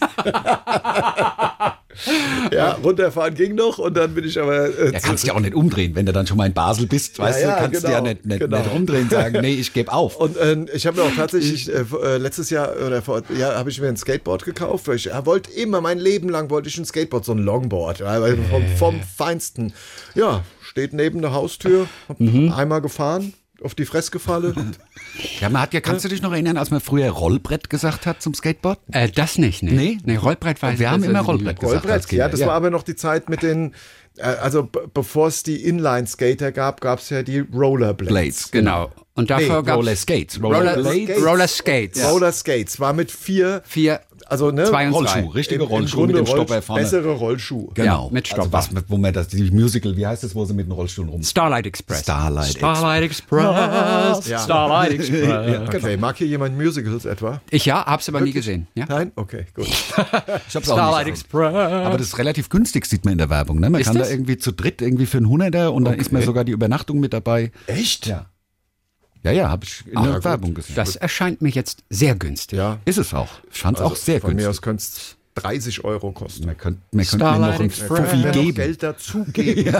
S2: ja, runterfahren ging noch und dann bin ich aber. Äh,
S3: Ja,
S2: zu-
S3: kannst ja auch nicht umdrehen, wenn du dann schon mal in Basel bist, weißt
S2: ja,
S3: du, kannst du ja
S2: genau,
S3: nicht, nicht,
S2: genau.
S3: nicht umdrehen, sagen, nee, ich gebe auf.
S2: Und ähm, ich habe mir auch tatsächlich äh, vor- äh, letztes Jahr oder vor ja, habe ich mir ein Skateboard gekauft, weil ich äh, wollte immer mein Leben lang wollte ich ein Skateboard, so ein Longboard, ja, weil vom, vom feinsten. Ja, steht neben der Haustür, hab
S3: Mhm.
S2: einmal gefahren, auf die Fressgefalle.
S3: Ja, man hat ja, kannst du dich noch erinnern, als man früher Rollbrett gesagt hat zum Skateboard?
S4: Äh, das nicht, ne?
S3: Nee?
S4: Nee, Rollbrett weiß
S3: Wir
S4: ich-
S3: haben
S4: das
S3: immer
S4: weiß ich nicht.
S3: Rollbrett gesagt. als
S2: Rollbrett,
S3: Kinder,
S2: ja, das
S3: ja.
S2: war aber noch die Zeit mit den äh, also b- bevor es die Inline Skater gab, gab es ja die Rollerblades.
S3: Blades.
S4: Genau. Und davor
S2: Nee,
S4: gab's
S3: Roller Skates.
S4: Roller,
S2: Skates.
S4: Roller Skates.
S2: Roller Skates war mit vier,
S4: Vier,
S2: also ne,
S4: zwei und
S3: Rollschuh,
S4: zwei.
S3: richtige
S2: im- im
S3: Rollschuh
S2: Grunde
S3: mit dem
S2: Rollschuh-
S3: Stopper vorne.
S2: Bessere Rollschuh.
S3: Genau.
S4: Ja, mit Stopper.
S3: Also was, wo man das, die Musical, wie heißt das, wo sie mit dem Rollstuhl rum?
S4: Starlight Express.
S3: Starlight
S4: Starlight Express.
S2: Ja.
S4: Starlight Express.
S2: Okay, mag hier jemand Musicals etwa?
S4: Ich ja, hab's aber nie gesehen. Ja?
S2: Nein? Okay, gut.
S3: Ich hab's
S4: Starlight
S3: gesehen.
S4: Express.
S3: Aber das ist relativ günstig, sieht man in der Werbung. Ne? Man
S4: Ist
S3: kann
S4: das?
S3: da irgendwie zu dritt irgendwie für einen Hunderter und dann ist mir sogar die Übernachtung mit dabei.
S2: Echt? Ja.
S3: Ja, ja, habe ich in der Werbung gesehen.
S4: Ah, Das erscheint mir jetzt sehr günstig.
S2: ja.
S3: ist es auch. Ich fand's auch sehr
S2: Also Von mir
S3: günstig.
S2: aus könnte es 30 Euro kosten.
S3: Man könnte man könnte mir
S4: Starlight
S3: noch ein
S4: Express.
S3: Fuffi
S2: Wenn wir noch
S3: geben.
S2: Geld dazugeben.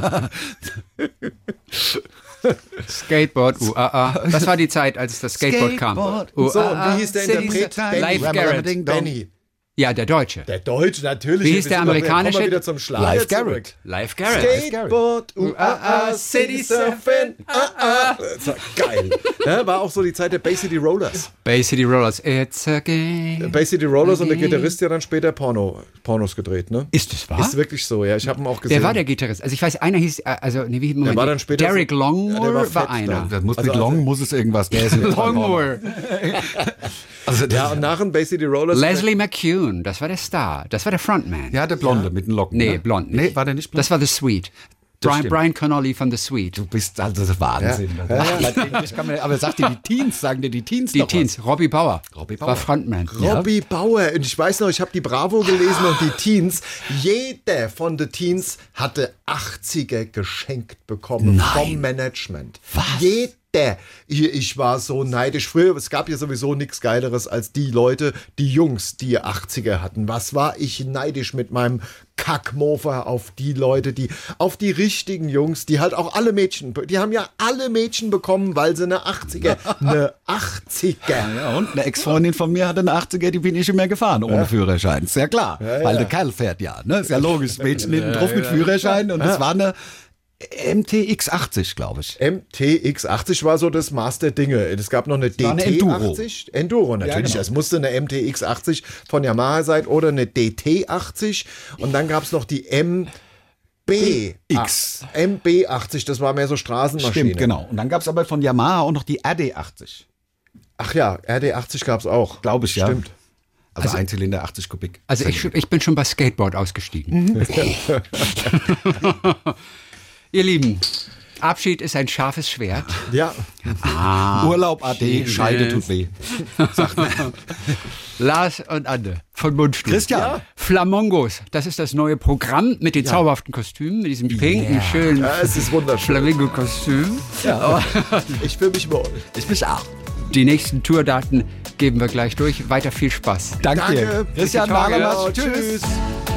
S4: Skateboard, UAA. Das war die Zeit, als das Skateboard,
S3: Skateboard.
S4: kam. Uh,
S2: So, und wie hieß der
S3: City
S2: Interpret?
S3: Style.
S2: Benny.
S4: Live Garrett.
S3: Ding Dong.
S2: Benny.
S4: Ja, der Deutsche.
S2: Der Deutsche, natürlich.
S4: Wie hieß
S2: Wir
S4: der
S2: sind doch- wir
S4: amerikanische?
S2: Kommen wir wieder zum Schlager
S3: Live
S2: zurück.
S3: Garrett.
S4: Live Garrett.
S2: Skateboard, UAA, City Surfen, ah, ah. Das war geil. Ja, war auch so die Zeit der Bay City Rollers.
S4: Bay City Rollers. It's a game.
S2: Äh, Bay City Rollers und der
S4: Okay.
S2: Gitarrist ja dann später Porno, Pornos gedreht, ne?
S4: Ist das wahr?
S2: Ist wirklich so, ja. Ich habe ihn auch gesehen.
S4: Wer war der Gitarrist? Also ich weiß, einer hieß, äh, also nee, wie, Moment,
S2: war dann später
S4: Derek
S2: so-
S4: Longmore
S2: Ja, der war
S4: war,
S2: fett
S4: einer.
S2: dann.
S3: Das muss
S2: Also,
S3: mit Long, muss es irgendwas. Der ist
S4: Longmore.
S3: Also der,
S2: Ja, und nach dem Bay City Rollers.
S4: Leslie McCune, das war der Star, das war der Frontman.
S3: Ja, der Blonde mit den Locken.
S4: Nee,
S3: ne?
S4: blond nicht.
S3: Nee, war der nicht blond?
S4: Das war The Sweet. Brian,
S3: stimmt.
S4: Brian Connolly von The Sweet.
S3: Du bist also das ist Wahnsinn.
S2: Ja.
S3: Das- Ich kann mir, aber sag dir die Teens, sagen dir die Teens
S4: Die
S3: doch
S4: Teens, Robbie Bauer,
S3: Robbie Bauer.
S4: war Frontman.
S2: Robbie Bauer. Und ich weiß noch, ich habe die Bravo gelesen und die Teens. Jeder von den Teens hatte 80er geschenkt bekommen vom Management. Was? Jeder. Ich ich war so neidisch. Früher, es gab ja sowieso nichts Geileres als die Leute, die Jungs, die 80er hatten. Was war ich neidisch mit meinem Kackmofer auf die Leute, die, auf die richtigen Jungs, die halt auch alle Mädchen, die haben ja alle Mädchen bekommen, weil sie eine 80er, eine 80er
S3: was. Ja, und eine Ex-Freundin von mir hatte eine 80er, die bin ich immer gefahren, ohne Führerschein. Ist ja klar, weil der Kerl fährt ja. Ne? Ist ja logisch, Mädchen hinten drauf mit Führerschein. Und es war eine MTX 80, glaube ich.
S2: MTX80 war so das Maß der Dinge. Es gab noch eine
S3: war eine
S2: DT80. Enduro. natürlich.
S3: genau.
S2: Es musste eine MTX80 von Yamaha sein oder eine DT80. Und dann gab es noch die MB.
S3: X.
S2: MB80, das war mehr so Straßenmaschine.
S3: Stimmt, genau. Und dann gab es aber von Yamaha auch noch die RD80.
S2: Ach ja, RD80 gab es auch.
S3: Glaube ich, ja.
S2: Stimmt.
S3: Also, Einzylinder 80 Kubik.
S4: Also ich, ich bin schon bei Skateboard ausgestiegen. Ihr Lieben, Abschied ist ein scharfes Schwert.
S2: Ja,
S3: Urlaub AD, Scheide
S4: schönes.
S3: tut weh.
S4: Lars und Anne von Mundstuhl.
S3: Christian.
S4: Ja. Flamongos, das ist das neue Programm mit den zauberhaften Kostümen, mit diesem pinken, schönen
S2: ja, es ist wunderschön.
S4: Flamingo-Kostüm. Aber
S2: Ich fühle mich über euch.
S3: Ich mich auch.
S4: Die nächsten Tourdaten geben wir gleich durch. Weiter viel Spaß.
S3: Danke.
S2: Danke.
S3: Christian
S4: Bis die Tage.
S3: Wahlemann.
S2: Tschüss.
S3: Tschüss.